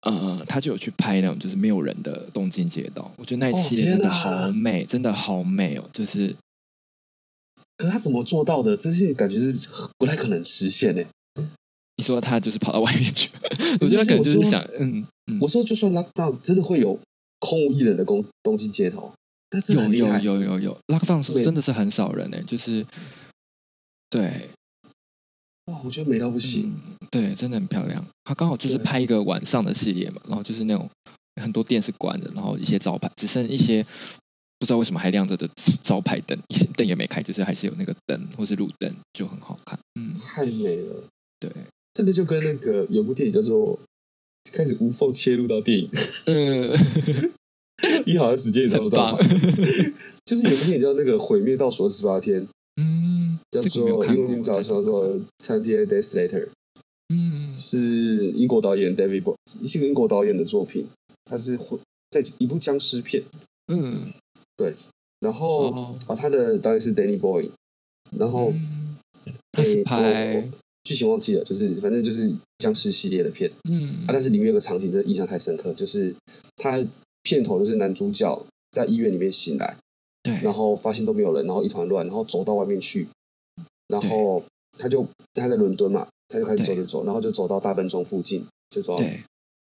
呃，他就有去拍那种就是没有人的东京街道，我觉得那一
哦
系列真
天
的
哪
好美，真的好美哦，就是
可是他怎么做到的？这些感觉是不太可能实现的、
你说他就是跑到外面去，我
是
觉得他可能
不
就是是
我说
想，嗯嗯，
我说，就算 lockdown 真的会有空无一人的东东京街头，但真的很
有
厉
有
害。
有有有，lockdown 是
对
真的是很少人呢、就是对，
哇，我觉得美到不行。
嗯，对，真的很漂亮。他刚好就是
对
拍一个晚上的系列嘛，然后就是那种很多店是关的，然后一些招牌只剩一些不知道为什么还亮着的招牌灯，灯也没开，就是还是有那个灯或是路灯，就很好看。嗯，
太美了。
对，
这个就跟那个有部电影叫做开始无缝切入到电影，
呃，
一好像时间也差不
很
多
棒
嘛。。就是有部电影叫那个《毁灭倒数十八天》，
嗯，
叫
这个没有
做
看
英
过
文名字好像叫做《Twenty Eight Days Later》，
嗯
是英国导演 David b o y 是个英国导演的作品，它是会在一部僵尸片，
嗯，
对。然后
哦嗯
啊，他的导演是 Danny Boy，然后
嗯他
诶
是
我
拍
剧情忘记了，就是反正就是僵尸系列的片
嗯
啊，但是里面有个场景真的印象太深刻，就是他片头就是男主角在医院里面醒来，
对，
然后发现都没有人，然后一团乱，然后走到外面去，然后他就他在伦敦嘛，他就开始走
对
着走，然后就走到大笨钟附近，就走到，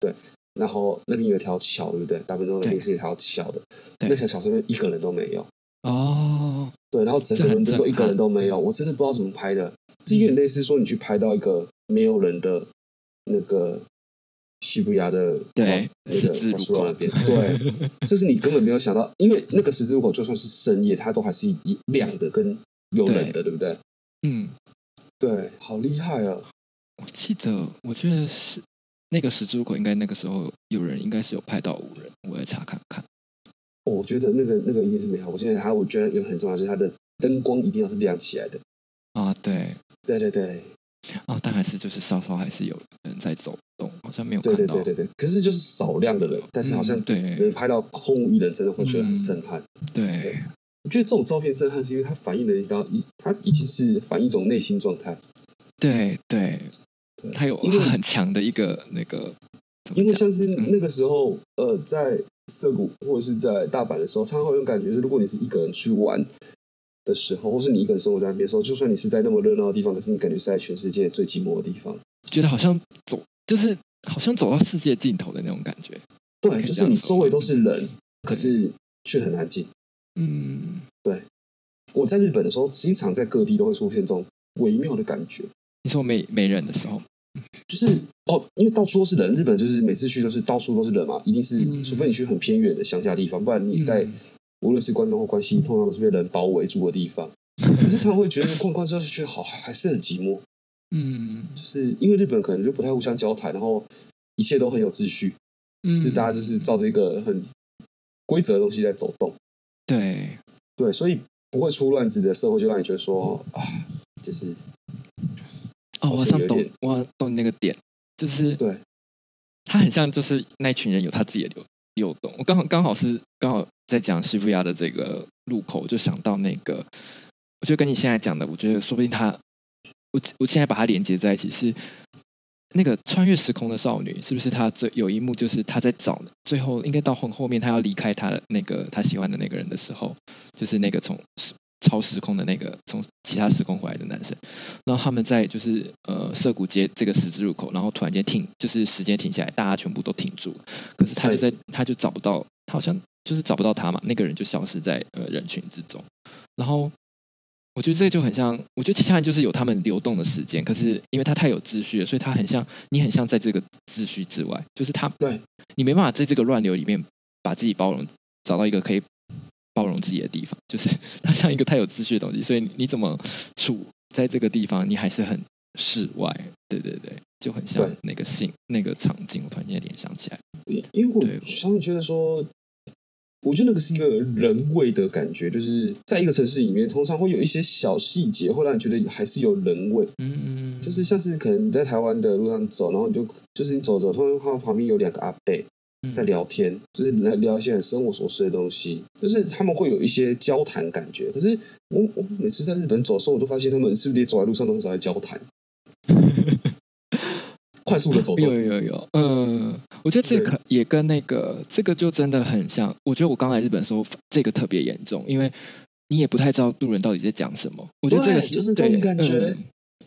对
然后那边有一条桥，对不对？大笨钟那边
对
是一条桥的，
对
那条桥上面一个人都没有，
哦，
对，然后整个
这很
伦敦都一
震
个
撼
人都没有，我真的不知道怎么拍的，这有点类似说你去拍到一个没有人的那个西伯牙的
对
那
十字
个
路
苏
口
那边，对，就是你根本没有想到，因为那个十字路口就算是深夜，它都还是亮的跟有人的，对不对？
嗯，
对，好厉害啊！
我记得，我觉得是那个十字路口，应该那个时候有人应该是有拍到五人，我来查看看。
哦我觉得那个那个一定是美好。我现在还我觉得有很重要，就是它的灯光一定要是亮起来的。
啊，对，
对对对
啊，但还是就是稍稍还是有人在走动，好像没有看
对
到。
对对对对，可是就是少量的人，但是好像
嗯对嗯
能拍到空无一人，真的会觉得很震撼。
对
我觉得这种照片震撼是因为它反映了一张一，它已经是反映一种内心状态。
对对，
对
他有
因为
很强的一个那个，怎么
因为
讲
像是那个时候，呃，在涩谷或者是在大阪的时候，常常会有种感觉是，如果你是一个人去玩的时候，或是你一个人生活在那边的时候，就算你是在那么热闹的地方，可是你感觉是在全世界最寂寞的地方。
觉得好像走，就是好像走到世界尽头的那种感觉。可
对，
以
就
这
是
样
你
说
周围都是人，可是却很安静。
嗯，
我在日本的时候，经常在各地都会出现这种微妙的感觉，
你说没没人的时候，
就是哦，因为到处都是人，日本就是每次去都是到处都是人嘛，一定是、
嗯
除非你去很偏远的乡下地方，不然你
嗯
在、无论是关东或关西，通常都是被人包围住的地方。可是常常会觉得逛逛之后就觉得好，还是很寂寞，
嗯
就是因为日本可能就不太互相交谈，然后一切都很有秩序，
嗯，
就大家就是照着一个很规则的东西在走动，
嗯对
对，所以不会出乱子的社会就让你觉得说啊，就是好
哦，我好
像
像
有
懂
点，
我好像懂你那个点，就是
对
他很像就是那群人有他自己的流流动。我刚好刚好是刚好在讲西伯亚的这个路口，我就想到那个，我就跟你现在讲的，我觉得说不定他，我我现在把它连接在一起是。那个穿越时空的少女，是不是她最有一幕就是她在找最后应该到很后面，她要离开她的那个她喜欢的那个人的时候，就是那个从时超时空的那个从其他时空回来的男生，然后他们在就是呃涩谷街这个十字路口，然后突然间停，就是时间停下来，大家全部都停住了。可是他就在他就找不到，他好像就是找不到他嘛，那个人就消失在呃人群之中。然后我觉得这就很像，我觉得其他人就是有他们流动的时间，可是因为他太有秩序了，所以他很像你很像在这个秩序之外，就是他
对
你没办法在这个乱流里面把自己包容，找到一个可以包容自己的地方，就是 [LAUGHS] 它像一个太有秩序的东西，所以你你怎么处在这个地方，你还是很室外，对对对，就很像
对
那个性那个场景，我突然间联想起来，
因因为
对
我常常觉得说，我觉得那个是一个人味的感觉，就是在一个城市里面，通常会有一些小细节会让你觉得还是有人味，
嗯，
就是像是可能你在台湾的路上走，然后你就就是你走走，突然看到旁边有两个阿伯
嗯
在聊天，就是来聊一些很生活琐碎的东西，就是他们会有一些交谈感觉。可是我我每次在日本走的时候，我都发现他们是不是连走在路上都很少在交谈，
嗯
快速的走
哎有
动，
有有有，嗯，我觉得这个
对
可也跟那个这个就真的很像。我觉得我刚来日本的时候，这个特别严重，因为你也不太知道路人到底在讲什么。我觉得这个
对就是这种
对
感觉
嗯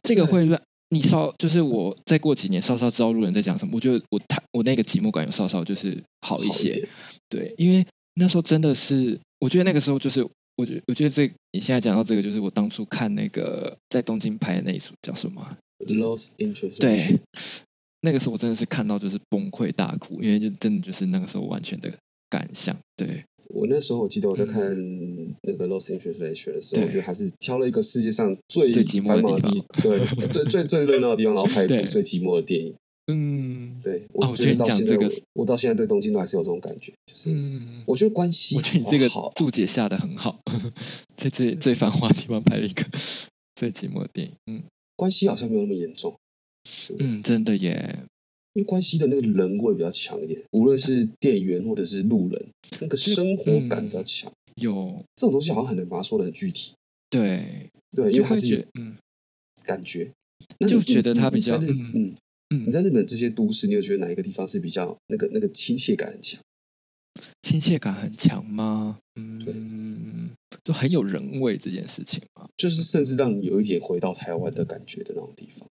这个会让你稍，就是我再过几年稍稍知道路人在讲什么。我觉得我太我那个寂寞感有稍稍就是好
好
一些，
点，
对，因为那时候真的是，我觉得那个时候就是，我觉我觉得这你现在讲到这个，就是我当初看那个在东京拍的那一出叫什么啊？
Lost interest，
对， [LAUGHS] 那个时候我真的是看到就是崩溃大哭，因为就真的就是那个时候完全的感想。对，
我那时候我记得我在看那个《Lost in Translation》的时候，
嗯对
我觉得还是挑了一个世界上最
最寂寞
繁
的
忙
地
地，对，最最最热闹的地方，然后拍一
对
部最寂寞的电影。
嗯
对，
啊
我
我
觉
觉得
得
你
到
讲
现在，
这个
我我到现在对东京都还是有这种感觉，就是
嗯，
我觉得关系
我觉得你这个
好，
注解下的很好，在最最繁华的地方拍了一个最寂寞的电影。嗯
关系好像没有那么严重，
嗯，真的耶，
因为关系的那个人味比较强一点，无论是店员或者是路人，那个生活感
嗯
比较强。
有
这种东西好像很难把它说的很具体，
对，
对，因为
就
它
会
是
觉
有
得嗯，
感觉，那你
就觉得
你
他
你
比较
在日
嗯
嗯
嗯
你在日本这些都市，你有觉得哪一个地方是比较那个那个亲切感很强？
亲切感很强吗？
对
嗯，就很有人味这件事情嘛。
就是甚至让你有一点回到台湾的感觉的那种地方，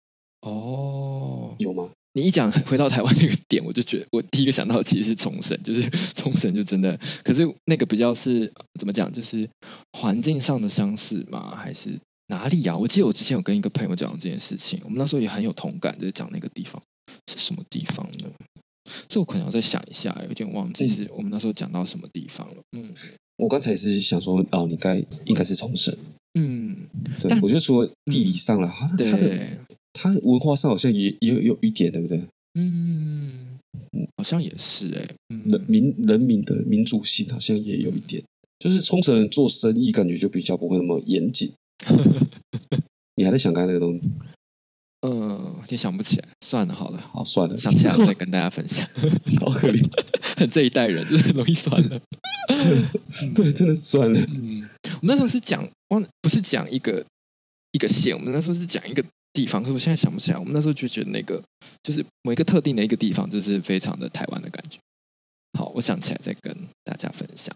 哦，
有吗？
你一讲回到台湾那个点，我就觉得我第一个想到的其实是冲绳，就是 [LAUGHS] 冲绳就真的，可是那个比较是怎么讲，就是环境上的相似嘛，还是哪里啊呀、我记得我之前有跟一个朋友讲过这件事情，我们那时候也很有同感，就是讲那个地方是什么地方呢？这我可能要再想一下，有点忘记
嗯
是我们那时候讲到什么地方了。嗯
我刚才是想说，哦，你该应该是冲绳。
嗯，
对
但，嗯
我就说地理上了，它它的
对，
它文化上好像也也有有一点，对不对？
嗯，好像也是哎、
人
[LAUGHS] 嗯，
民人民的民主性好像也有一点，就是冲绳人做生意感觉就比较不会那么严谨。你还在想刚才那个东西？
呃，有点想不起来，算了好了。
好，算了，
想起来再跟大家分享。 [LAUGHS]
好可怜，
这一代人就是很容易算了。
[LAUGHS] 对，真的算了。
嗯，我们那时候是讲忘，不是讲一个一个县，我们那时候是讲一个地方，可是我现在想不起来。我们那时候就觉得那个就是某一个特定的一个地方，就是非常的台湾的感觉。好，我想起来再跟大家分 [LAUGHS] 享。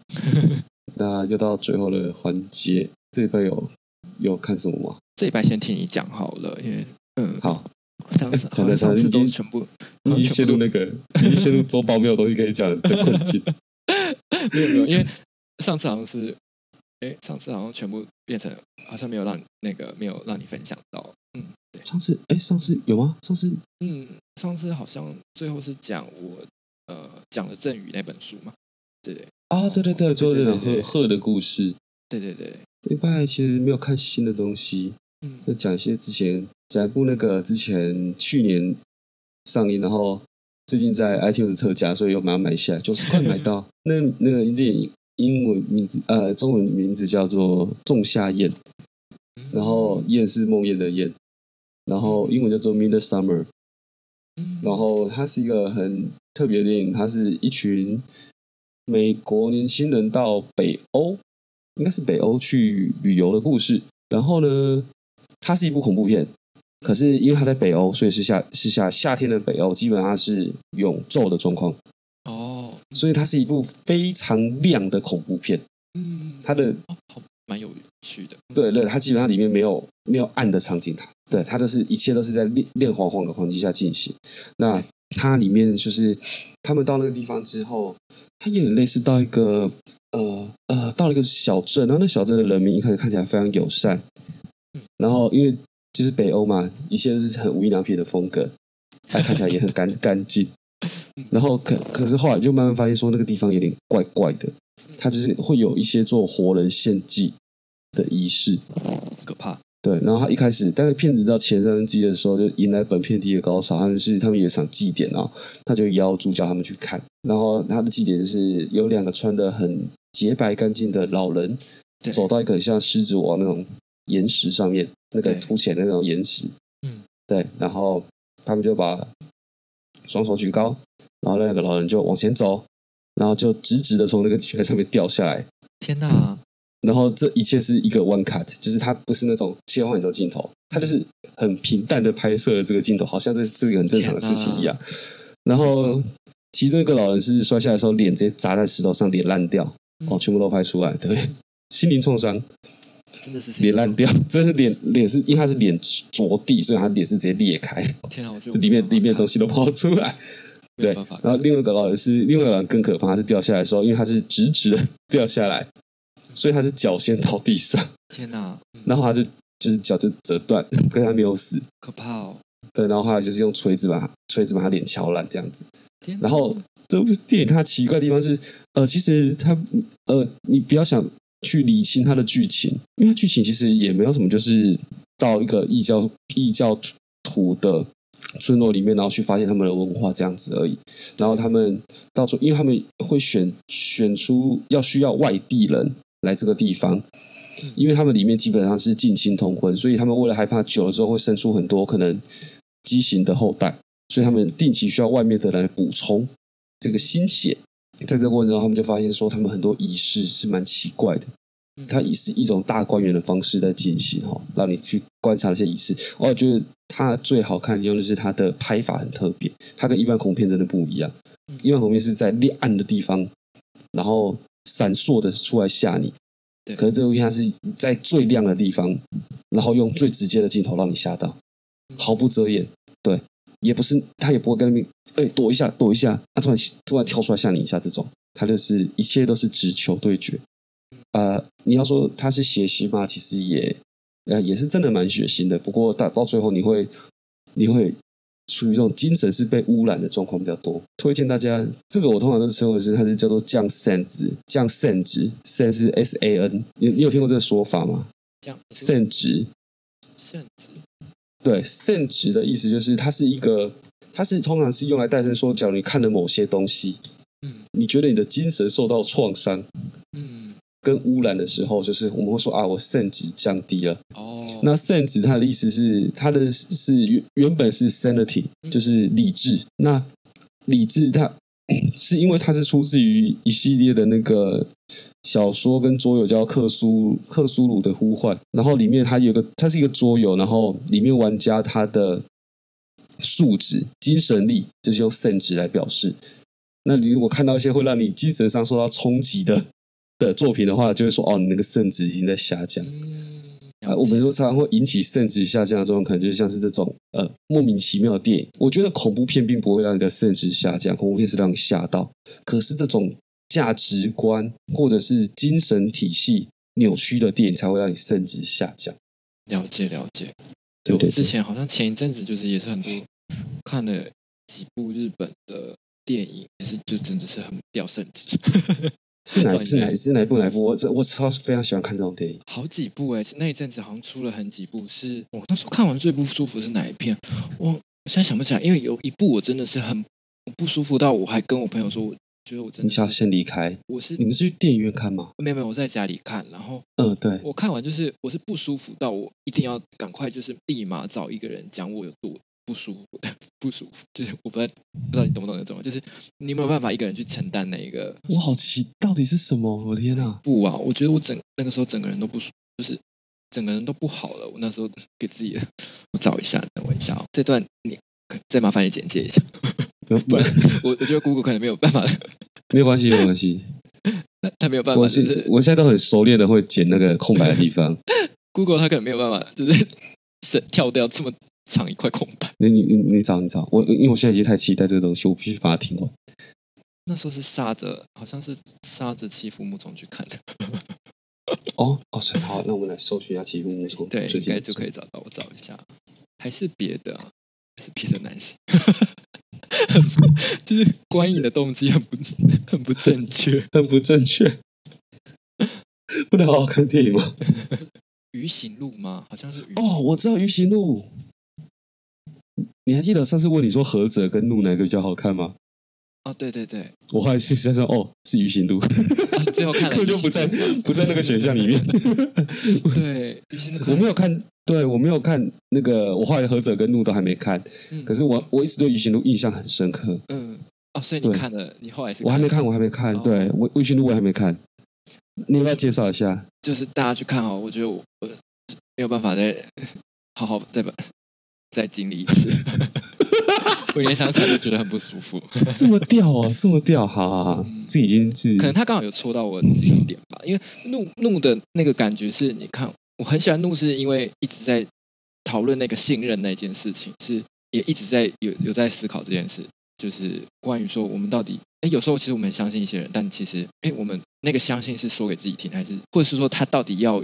那又到最后的环节，这一辈有有看什么吗？
这一拜先听你讲好了，因为嗯，
好，
上 [LAUGHS] 次
讲得
上次
上
都
已经
全部
你已经陷入那个，你已经陷入周报没有东西可以讲的困境。
没有没有，因为上次好像是，哎，上次好像全部变成好像没有让那个没有让你分享到，嗯。
上次，哎，上次有吗？上次
嗯，上次好像最后是讲我呃讲了《赠予》那本书嘛，对对
啊，对对对，就是那种
对对对
鹤鹤的故事。
对对对，
这一拜其实没有看新的东西，
嗯
就讲一些之前讲一部那个之前去年上映，然后最近在 iTunes 特价，所以又马上买下来，九十块买到。那那个电影英文名字呃中文名字叫做《仲夏夜》，
嗯
然后燕是梦魇的燕，然后英文叫做 Midsummer Summer。
嗯
然后它是一个很特别的电影，它是一群美国年轻人到北欧，应该是北欧去旅游的故事。然后呢，它是一部恐怖片，可是因为它在北欧，所以是夏是夏夏天的北欧，基本上是永昼的状况，
哦，
所以它是一部非常亮的恐怖片。
嗯，
它的
哦好蛮有趣的，
对对，它基本上里面没有没有暗的场景，它对它都是一切都是在亮亮晃晃的环境下进行。那它里面就是他们到那个地方之后，它有点类似到一个呃呃到了一个小镇，然后那小镇的人民一开始看起来非常友善，然后因为就是北欧嘛，一切都是很无印良品的风格，哎，看起来也很干干净。然后可可是后来就慢慢发现说那个地方有点怪怪的，它就是会有一些做活人献祭的仪式，
可怕，
对，然后他一开始，大概骗子到前三分之一的时候，就迎来本片第一个高潮。他们是他们有一场祭典啊，他就邀主角他们去看。然后他的祭典就是有两个穿的很洁白干净的老人，
对，
走到一个像狮子王那种岩石上面，那个
对
凸起来的那种岩石，
嗯，
对，然后他们就把双手举高，然后那两个老人就往前走，然后就直直的从那个悬崖上面掉下来。
天哪，
然后这一切是一个 one cut，就是它不是那种切换很多镜头，它就是很平淡的拍摄了这个镜头，好像这是一个很正常的事情一样。然后其中一个老人是摔下来的时候，脸直接砸在石头上，脸烂掉，哦，全部都拍出来，对，心灵创伤，
真的是
脸烂掉，真的是脸脸是因为他是脸着地，所以他脸是直接裂开，
天哪，我觉
这
得
里面里面的东
西
西都跑出来。对，
然
然后
后
另外一个老人是另外一个老人更可怕，他是掉下来的时候，因为他是直直的掉下来，所以他是脚先到地上。
天哪，嗯
然后他就就是脚就折断， [LAUGHS] 可是他没有死。
可怕哦，
对，然后后来就是用锤子把他锤子把他脸敲烂这样子。
天哪，
然后这部电影它奇怪的地方是，呃，其实它呃，你不要想去理清它的剧情，因为它剧情其实也没有什么，就是到一个异教异教徒的村落里面，然后去发现他们的文化这样子而已。然后他们到处，因为他们会选选出要需要外地人来这个地方。因为他们里面基本上是近亲通婚，所以他们为了害怕久了之后会生出很多可能畸形的后代，所以他们定期需要外面的人来补充这个新血。在这个过程中，他们就发现说，他们很多仪式是蛮奇怪的，
嗯
它以是一种大观园的方式在进行哈，让你去观察那些仪式。哦，我觉得它最好看的地方就是它的拍法很特别，它跟一般恐怖片真的不一样。
嗯
一般恐怖片是在亮暗的地方，然后闪烁的出来吓你。
对
可是这部片它是在最亮的地方，然后用最直接的镜头让你吓到，
嗯
毫不遮掩。对，也不是它也不会跟你哎、躲一下躲一下，它突然突然跳出来吓你一下这种，它就是一切都是直球对决。呃，你要说它是血腥嘛，其实也呃，也是真的蛮血腥的。不过到到最后，你会你会属于这种精神是被污染的状况比较多。推荐大家，这个我通常都称为是它是叫做降散值，降散值，san 是 S A N，你你有听过这个说法吗？
这样甚
散值，
甚至
对，圣职的意思就是它是一个，它是通常是用来代称说，假如你看了某些东西，
嗯
你觉得你的精神受到创伤
嗯
跟污染的时候，就是我们会说啊，我圣职降低了。
哦，
那 sense 它的意思是，它的是原原本是 sanity，就是理智。那理智它是因为它是出自于一系列的那个小说跟桌游叫《克苏克苏鲁的呼唤》，然后里面它有个它是一个桌游，然后里面玩家他的数值精神力就是用 sense 来表示。那你如果看到一些会让你精神上受到冲击的的作品的话，就会说哦，你那个 sense 已经在下降。
嗯，
啊，我们就常常会引起肾值下降的状况，可能就像是这种呃莫名其妙的电影。我觉得恐怖片并不会让你的肾值下降，恐怖片是让你吓到。可是这种价值观或者是精神体系扭曲的电影，才会让你肾值下降。
了解了解。
对
我
对
之
对，
前好像前一阵子就是也是很多看了几部日本的电影，也是就真的是很掉圣旨，
是哪
对
是哪是哪一部哪一部？我这我超非常喜欢看这种电影。
好几部哎、那一阵子好像出了很几部是，我那时候看完最不舒服是哪一片？我我现在想不起来，因为有一部我真的是很不舒服到我还跟我朋友说，我觉得我真
你
的
想要
是
先离开？
我是
你们是去电影院看吗？
没有没有我在家里看，然后
嗯，对，
我看完就是我是不舒服到我一定要赶快就是立马找一个人讲我有多不舒服， [LAUGHS] 不舒服，就是我不太不知道你懂不懂那种，就是你有没有办法一个人去承担那一个
我好奇，到底是什么？我的天哪！
不啊？我觉得我整那个时候整个人都不舒，就是整个人都不好了。我那时候 [LAUGHS] 给自己的，我找一下，等我一下哦，这段你再麻烦你简介一下， [LAUGHS] 不然我我觉得 Google 可能没有办法， [LAUGHS]
没有关系，没有关系。
他他没有办法，
我
就是是
我现在都很熟练的会剪那个空白的地方。
Google 他可能没有办法，就是 [LAUGHS] 省跳掉这么长一块空白。
你你你你找你找我，因为我现在已经太期待这个东西，我必须把它听完。
那时候是杀着，好像是杀着欺负木虫去看的，
哦哦，所以好，那我们来搜寻一下《奇异木木虫》
对，
最
应
近
该
的
就
书
可以找到。我找一下，还是别的、啊，还是别的男性， [LAUGHS] 就是观影的动机很不 [LAUGHS] 很不正确。
很不正确，不能好好看电影吗？
鱼行路吗？好像是鱼。
哦，我知道《鱼行路》，你还记得上次问你说何者跟鹿哪个比较好看吗？
啊，对对对，
我后来是想想，哦，是《鱼行路》，
啊最后看
[LAUGHS]
了
根本就不在
鱼行路嘛
不在那个选项里面。
[LAUGHS] 对，鱼行路看
我
了
没有看，对我没有看那个，我后来何者跟鹿都还没看，
嗯
可是我我一直对《鱼行路》印象很深刻。
嗯哦，所以你
对
看了，你后来是
我还没
了，
看，我还没看，
哦
对我《微醺路》我还没看，你要不要介绍一下？
就是大家去看哦。我觉得我我没有办法再好好再把 [LAUGHS] 再经历一次， [LAUGHS] 我连想起来都觉得很不舒服。
这么掉啊，这么掉，好好好
嗯，
这已经是
可能他刚好有戳到我这个点吧，因为怒怒的那个感觉是，你看，我很喜欢怒，是因为一直在讨论那个信任那件事情，是也一直在有有在思考这件事，就是关于说我们到底，哎，有时候其实我们相信一些人，但其实，哎，我们那个相信是说给自己听，还是或者是说他到底要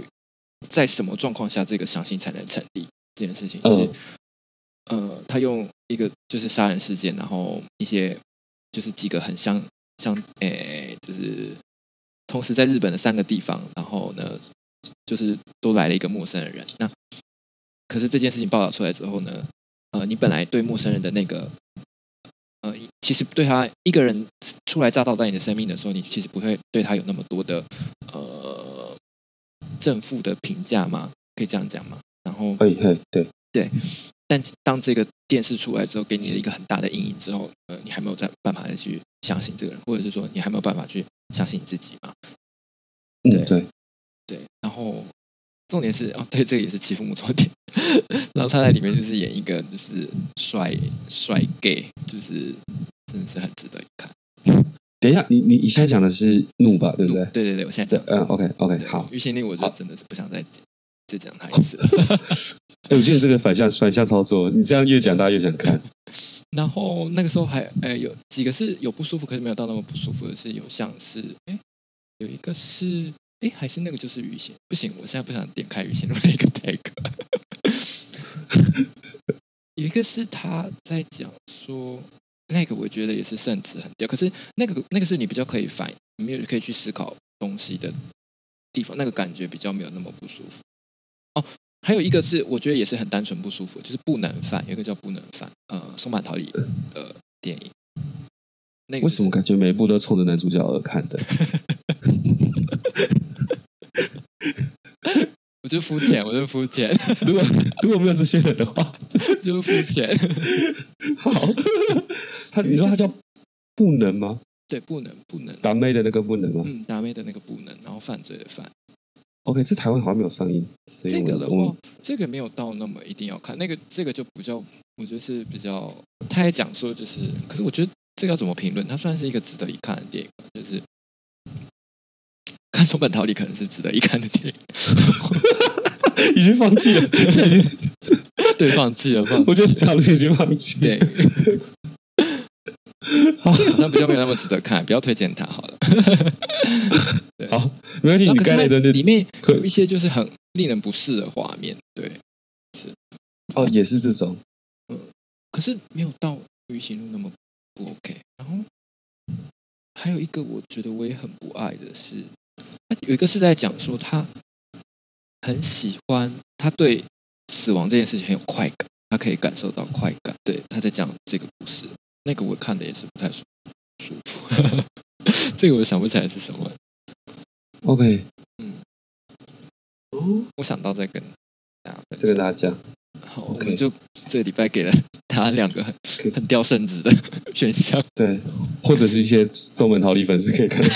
在什么状况下这个相信才能成立这件事情是
嗯，
呃，他用一个就是杀人事件，然后一些就是几个很像像诶、就是同时在日本的三个地方，然后呢，就是都来了一个陌生的人。那可是这件事情报道出来之后呢，呃，你本来对陌生人的那个呃，其实对他一个人初来乍到在你的生命的时候，你其实不会对他有那么多的呃正负的评价嘛，可以这样讲嘛。然后，
嘿哎嘿，对，
但当这个电视出来之后，给你的一个很大的阴影之后，呃，你还没有再办法再去相信这个人，或者是说你还没有办法去相信你自己嘛？
嗯
对
对，
对，然后重点是哦，对，这个也是欺负木头点， [LAUGHS] 然后他在里面就是演一个就是帅帅 gay，就是真的是很值得一看。
等一下，你你你现在讲的是怒吧，对不对？
对对对，我现在
这嗯
讲的是
，OK OK，
对
好。
于心令，我就
好
真的是不想再讲再讲他一次了。 [LAUGHS]
哎，我觉得你这个反向反向操作，你这样越讲大家越想看。
然后那个时候还呃有几个是有不舒服，可是没有到那么不舒服的是有像是哎有一个是哎还是那个就是鱼形，不行，我现在不想点开鱼形的那个 tag。有一个是他在讲说那个我觉得也是圣旨很屌，可是那个那个是你比较可以反，没有可以去思考东西的地方，那个感觉比较没有那么不舒服。哦，还有一个是我觉得也是很单纯不舒服，就是不能犯，有一个叫不能犯，呃，松坂桃李的电影。那个
为什么
是
感觉每一部都冲着男主角而看的？
我就肤浅，我就肤浅， [LAUGHS]
如果 [LAUGHS] 如果没有这些人的话，
就是肤浅。
好。他你说他叫不能吗？
对，不能不能，
达妹的那个不能吗
嗯，达妹的那个不能，然后犯罪的犯。
？OK，这台湾好像没有上映，所以
这个
我
的
我
话，这个没有到那么一定要看，那个这个就比较，我觉得是比较，他还讲说就是，可是我觉得这个要怎么评论？它算是一个值得一看的电影吧，就是看松本桃李可能是值得一看的电影， [LAUGHS]
已经放弃了，现在已经
对，放弃了，放弃
[LAUGHS] 我觉得贾玲已经放弃了
对。。 [LAUGHS]
好
这个好像比较没有那么值得看，不要推荐它好了。
好，没关系，
然
你
后可
该
是
那
它
段就
里面
对
有一些就是很令人不适的画面，对。
哦，也是这种。
可是没有到鱼行路那么不 OK。然后还有一个我觉得我也很不爱的是，他有一个是在讲说他很喜欢，他对死亡这件事情很有快感，他可以感受到快感。对，他在讲这个故事，那个我看的也是不太舒舒服。 [LAUGHS] 这个我想不起来是什么，
OK，
嗯
哦，
我想到再跟大家分
这个
享。
大家讲，
好，我
OK
们就这个礼拜给了他两个很
OK
很掉圣旨的 [LAUGHS] 选项。
对，或者是一些中文逃离粉丝可以看。
[LAUGHS]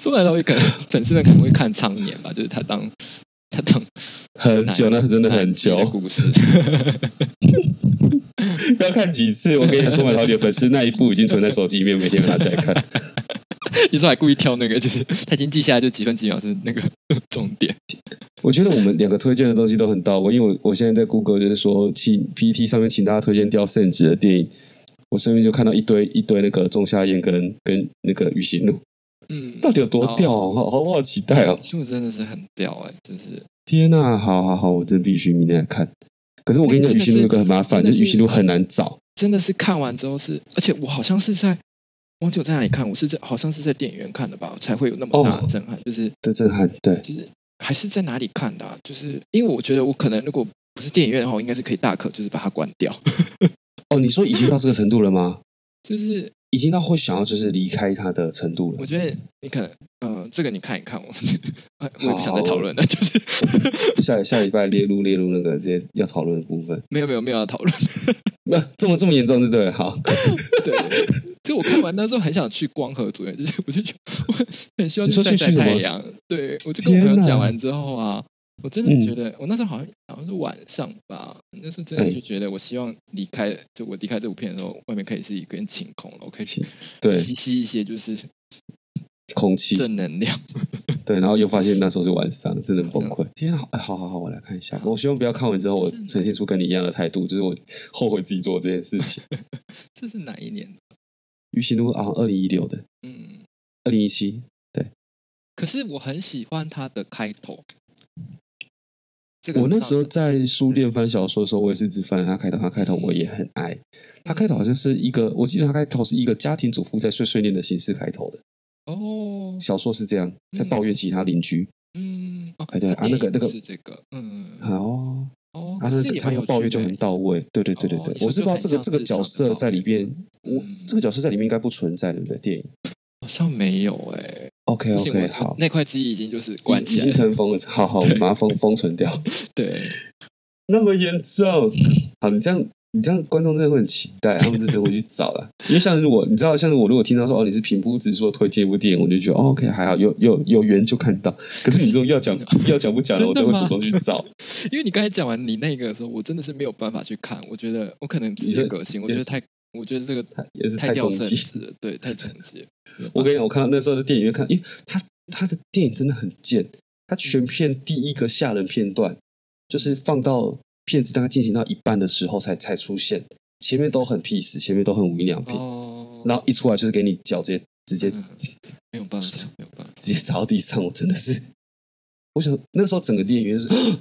松坂桃李可能粉丝们可能会看苍年吧，就是他当 [LAUGHS] 他当
很久，那真的很久
的，故事， [LAUGHS]
要看几次？我跟你说，满桃李的粉丝那一部已经存在手机里面，每天拿起来
[LAUGHS]
看。
你说还故意挑那个，就是他已经记下来就几分几秒是那个重点。
我觉得我们两个推荐的东西都很到位，因为我我现在在 Google 就是说，请 PPT 上面请大家推荐掉圣旨的电影，我身边就看到一堆一堆那个仲夏夜跟跟那个雨行路，
嗯，
到底有多掉、哦？好好不好期待哦！
就真的是很屌哎、就是
天呐、好好好，我真必须明天来看。可是我跟你讲，
哎真
雨
的是
行路有个很麻烦，
真的
就是是雨行路很难找。
真的是看完之后是，而且我好像是在忘记我在哪里看，我是在好像是在电影院看的吧，才会有那么大的震撼，
哦
就是
这震撼，对，
就是还是在哪里看的、啊，就是因为我觉得我可能如果不是电影院的话，我应该是可以大可就是把它关掉， [LAUGHS]
哦，你说已经到这个程度了吗？
就是
已经到会想要就是离开他的程度了
我。觉得你可能，嗯、这个你看一看，我哎我也不想
好
再讨论了，就是 [LAUGHS]
下下礼拜列入列入那个这些要讨论的部分，
没有没有没有要讨论。
那、这么这么严重，对不对？好，
对， [LAUGHS] 就我看完那时候很想去光合作用，就是我就觉得我很需要
你说
晒
去
晒
去什么
太阳。对，我就跟
天
我朋友
哪
讲完之后啊，我真的
嗯
觉得、我那时候好像好像是晚上吧，那时候真的
哎
就觉得我希望离开，就我离开这部片的时候，外面可以是一片晴空了，我可以
晴对，
吸吸一些就是
空气，
正能量。
对，然后又发现那时候是晚上，真的很崩溃。天啊，好，哎好好好，我来看一下。我希望不要看完之后，我
嗯就是
呈现出跟你一样的态度，就是我后悔自己做这件事情。 [LAUGHS]
这是哪一年？
于行路啊，二零一六的，
嗯，
二零一七，
可是我很喜欢它的开头。这个
我那
很
时候
好
在书
嗯
店翻小说的时候，我也是只翻了他开头，他开头我也很爱。他开头好像是一个，我记得他开头是一个家庭主妇在碎碎念的形式开头的
哦，
小说是这样，在抱怨其他邻居。
嗯，哦，
哎对
他
啊那
电
个
影
那个
是这个，嗯，
哦，
哦，
他
可
那
是
个
也
他
蛮
的
有
抱
趣
怨就
的
很
欸
到位。对对对对
哦
对
你，说
我是不知
就
道
很
这个
像
这个
日
角
常的
色
抱
在里
怨
面，我
嗯
这个角色在里面应该不存在，对不对？电影
好像没有哎，
OK
不行，
OK
我
好，
那块记忆已经就是关
已
起
已
来
经 [LAUGHS]
了，
尘封了，好好
对
把它封封存掉。
对，
那么严重？好，你这样你这样观众真的会很期待，他们真的会去找了。 [LAUGHS] 因为像如果你知道，像是我如果听到说哦你是平铺直说推荐一部电影，我就觉得哦 OK 还好，有有有缘就看到。可是你这种要讲 [LAUGHS] 要讲不讲的，我
真
才会
的吗
主动去找。
因为你刚才讲完你那个的时候，我真的是没有办法去看。我觉得我可能自己的个性，我
[LAUGHS]
觉得太，我觉得这个
也是
太
太
掉
冲
圣
击。
旨了，对，太冲击了。
[LAUGHS] 我跟你讲，我看到那时候在电影院看，因为他他的电影真的很贱，他全片第一个吓人片段就是放到片子大概进行到一半的时候才才出现，前面都很 peace，前面都很无印良品，
哦，
然后一出来就是给你脚直接直接
嗯没有办法，没有办法。
直接砸到地上，我真的是，我想那时候整个电影院就是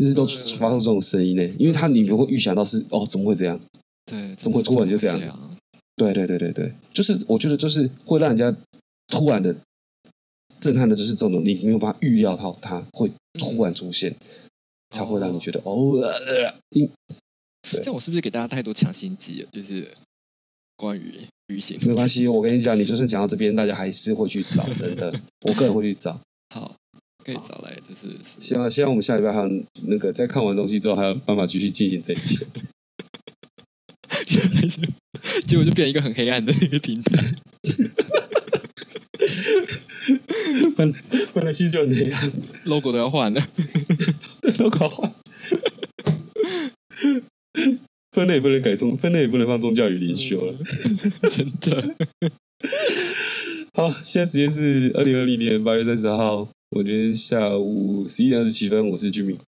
就是都
嗯
发出这种声音呢，因为它里面会预想到是哦怎么会这样。
对，
怎么会突然就这样
怎么会
对对对对对，就是我觉得就是会让人家突然的震撼的，就是这种你没有办法预料到它会突然出现，才会让你觉得哦，呃呃因
这样我是不是给大家太多强心剂了？就是关于旅行，
没关系，我跟你讲，你就算讲到这边，大家还是会去找，真的，我个人会去找。
好，可以找来，就是 [LAUGHS] 是
希望希望我们下礼拜还有那个在看完东西之后还有办法继续进行这一期。
结果就变成一个很黑暗的一个平台。
本 [LAUGHS] 本来其实就那样，
logo 都要换了。 [LAUGHS]
[LAUGHS] 对，都搞坏。分类也不能改宗，分类也不能放宗教与灵修了。
真的，
好，现在时间是二零二零年八月三十号，我觉得下午十一点二十七分，我是居民。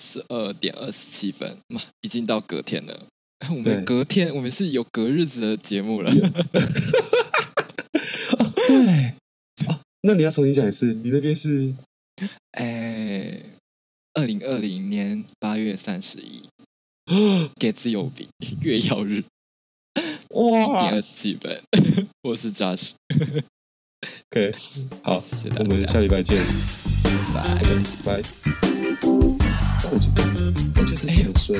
十二点二十七分，妈，已经到隔天了。我
对
们隔天，我们是有隔日子的节
[LAUGHS]
目了。
对啊，那你要重新讲一次，你那边是
哎，二零二零年八月三十
[GASPS]
一，给自由比月曜日
哇
点二十七分。 [LAUGHS] 我是 Josh，
？OK，好，
谢谢大
我们
家，
下礼拜见，
拜
拜。拜。哦我觉得我觉得自己很衰。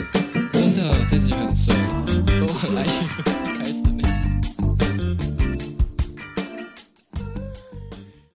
真的，这集很顺。 [LAUGHS]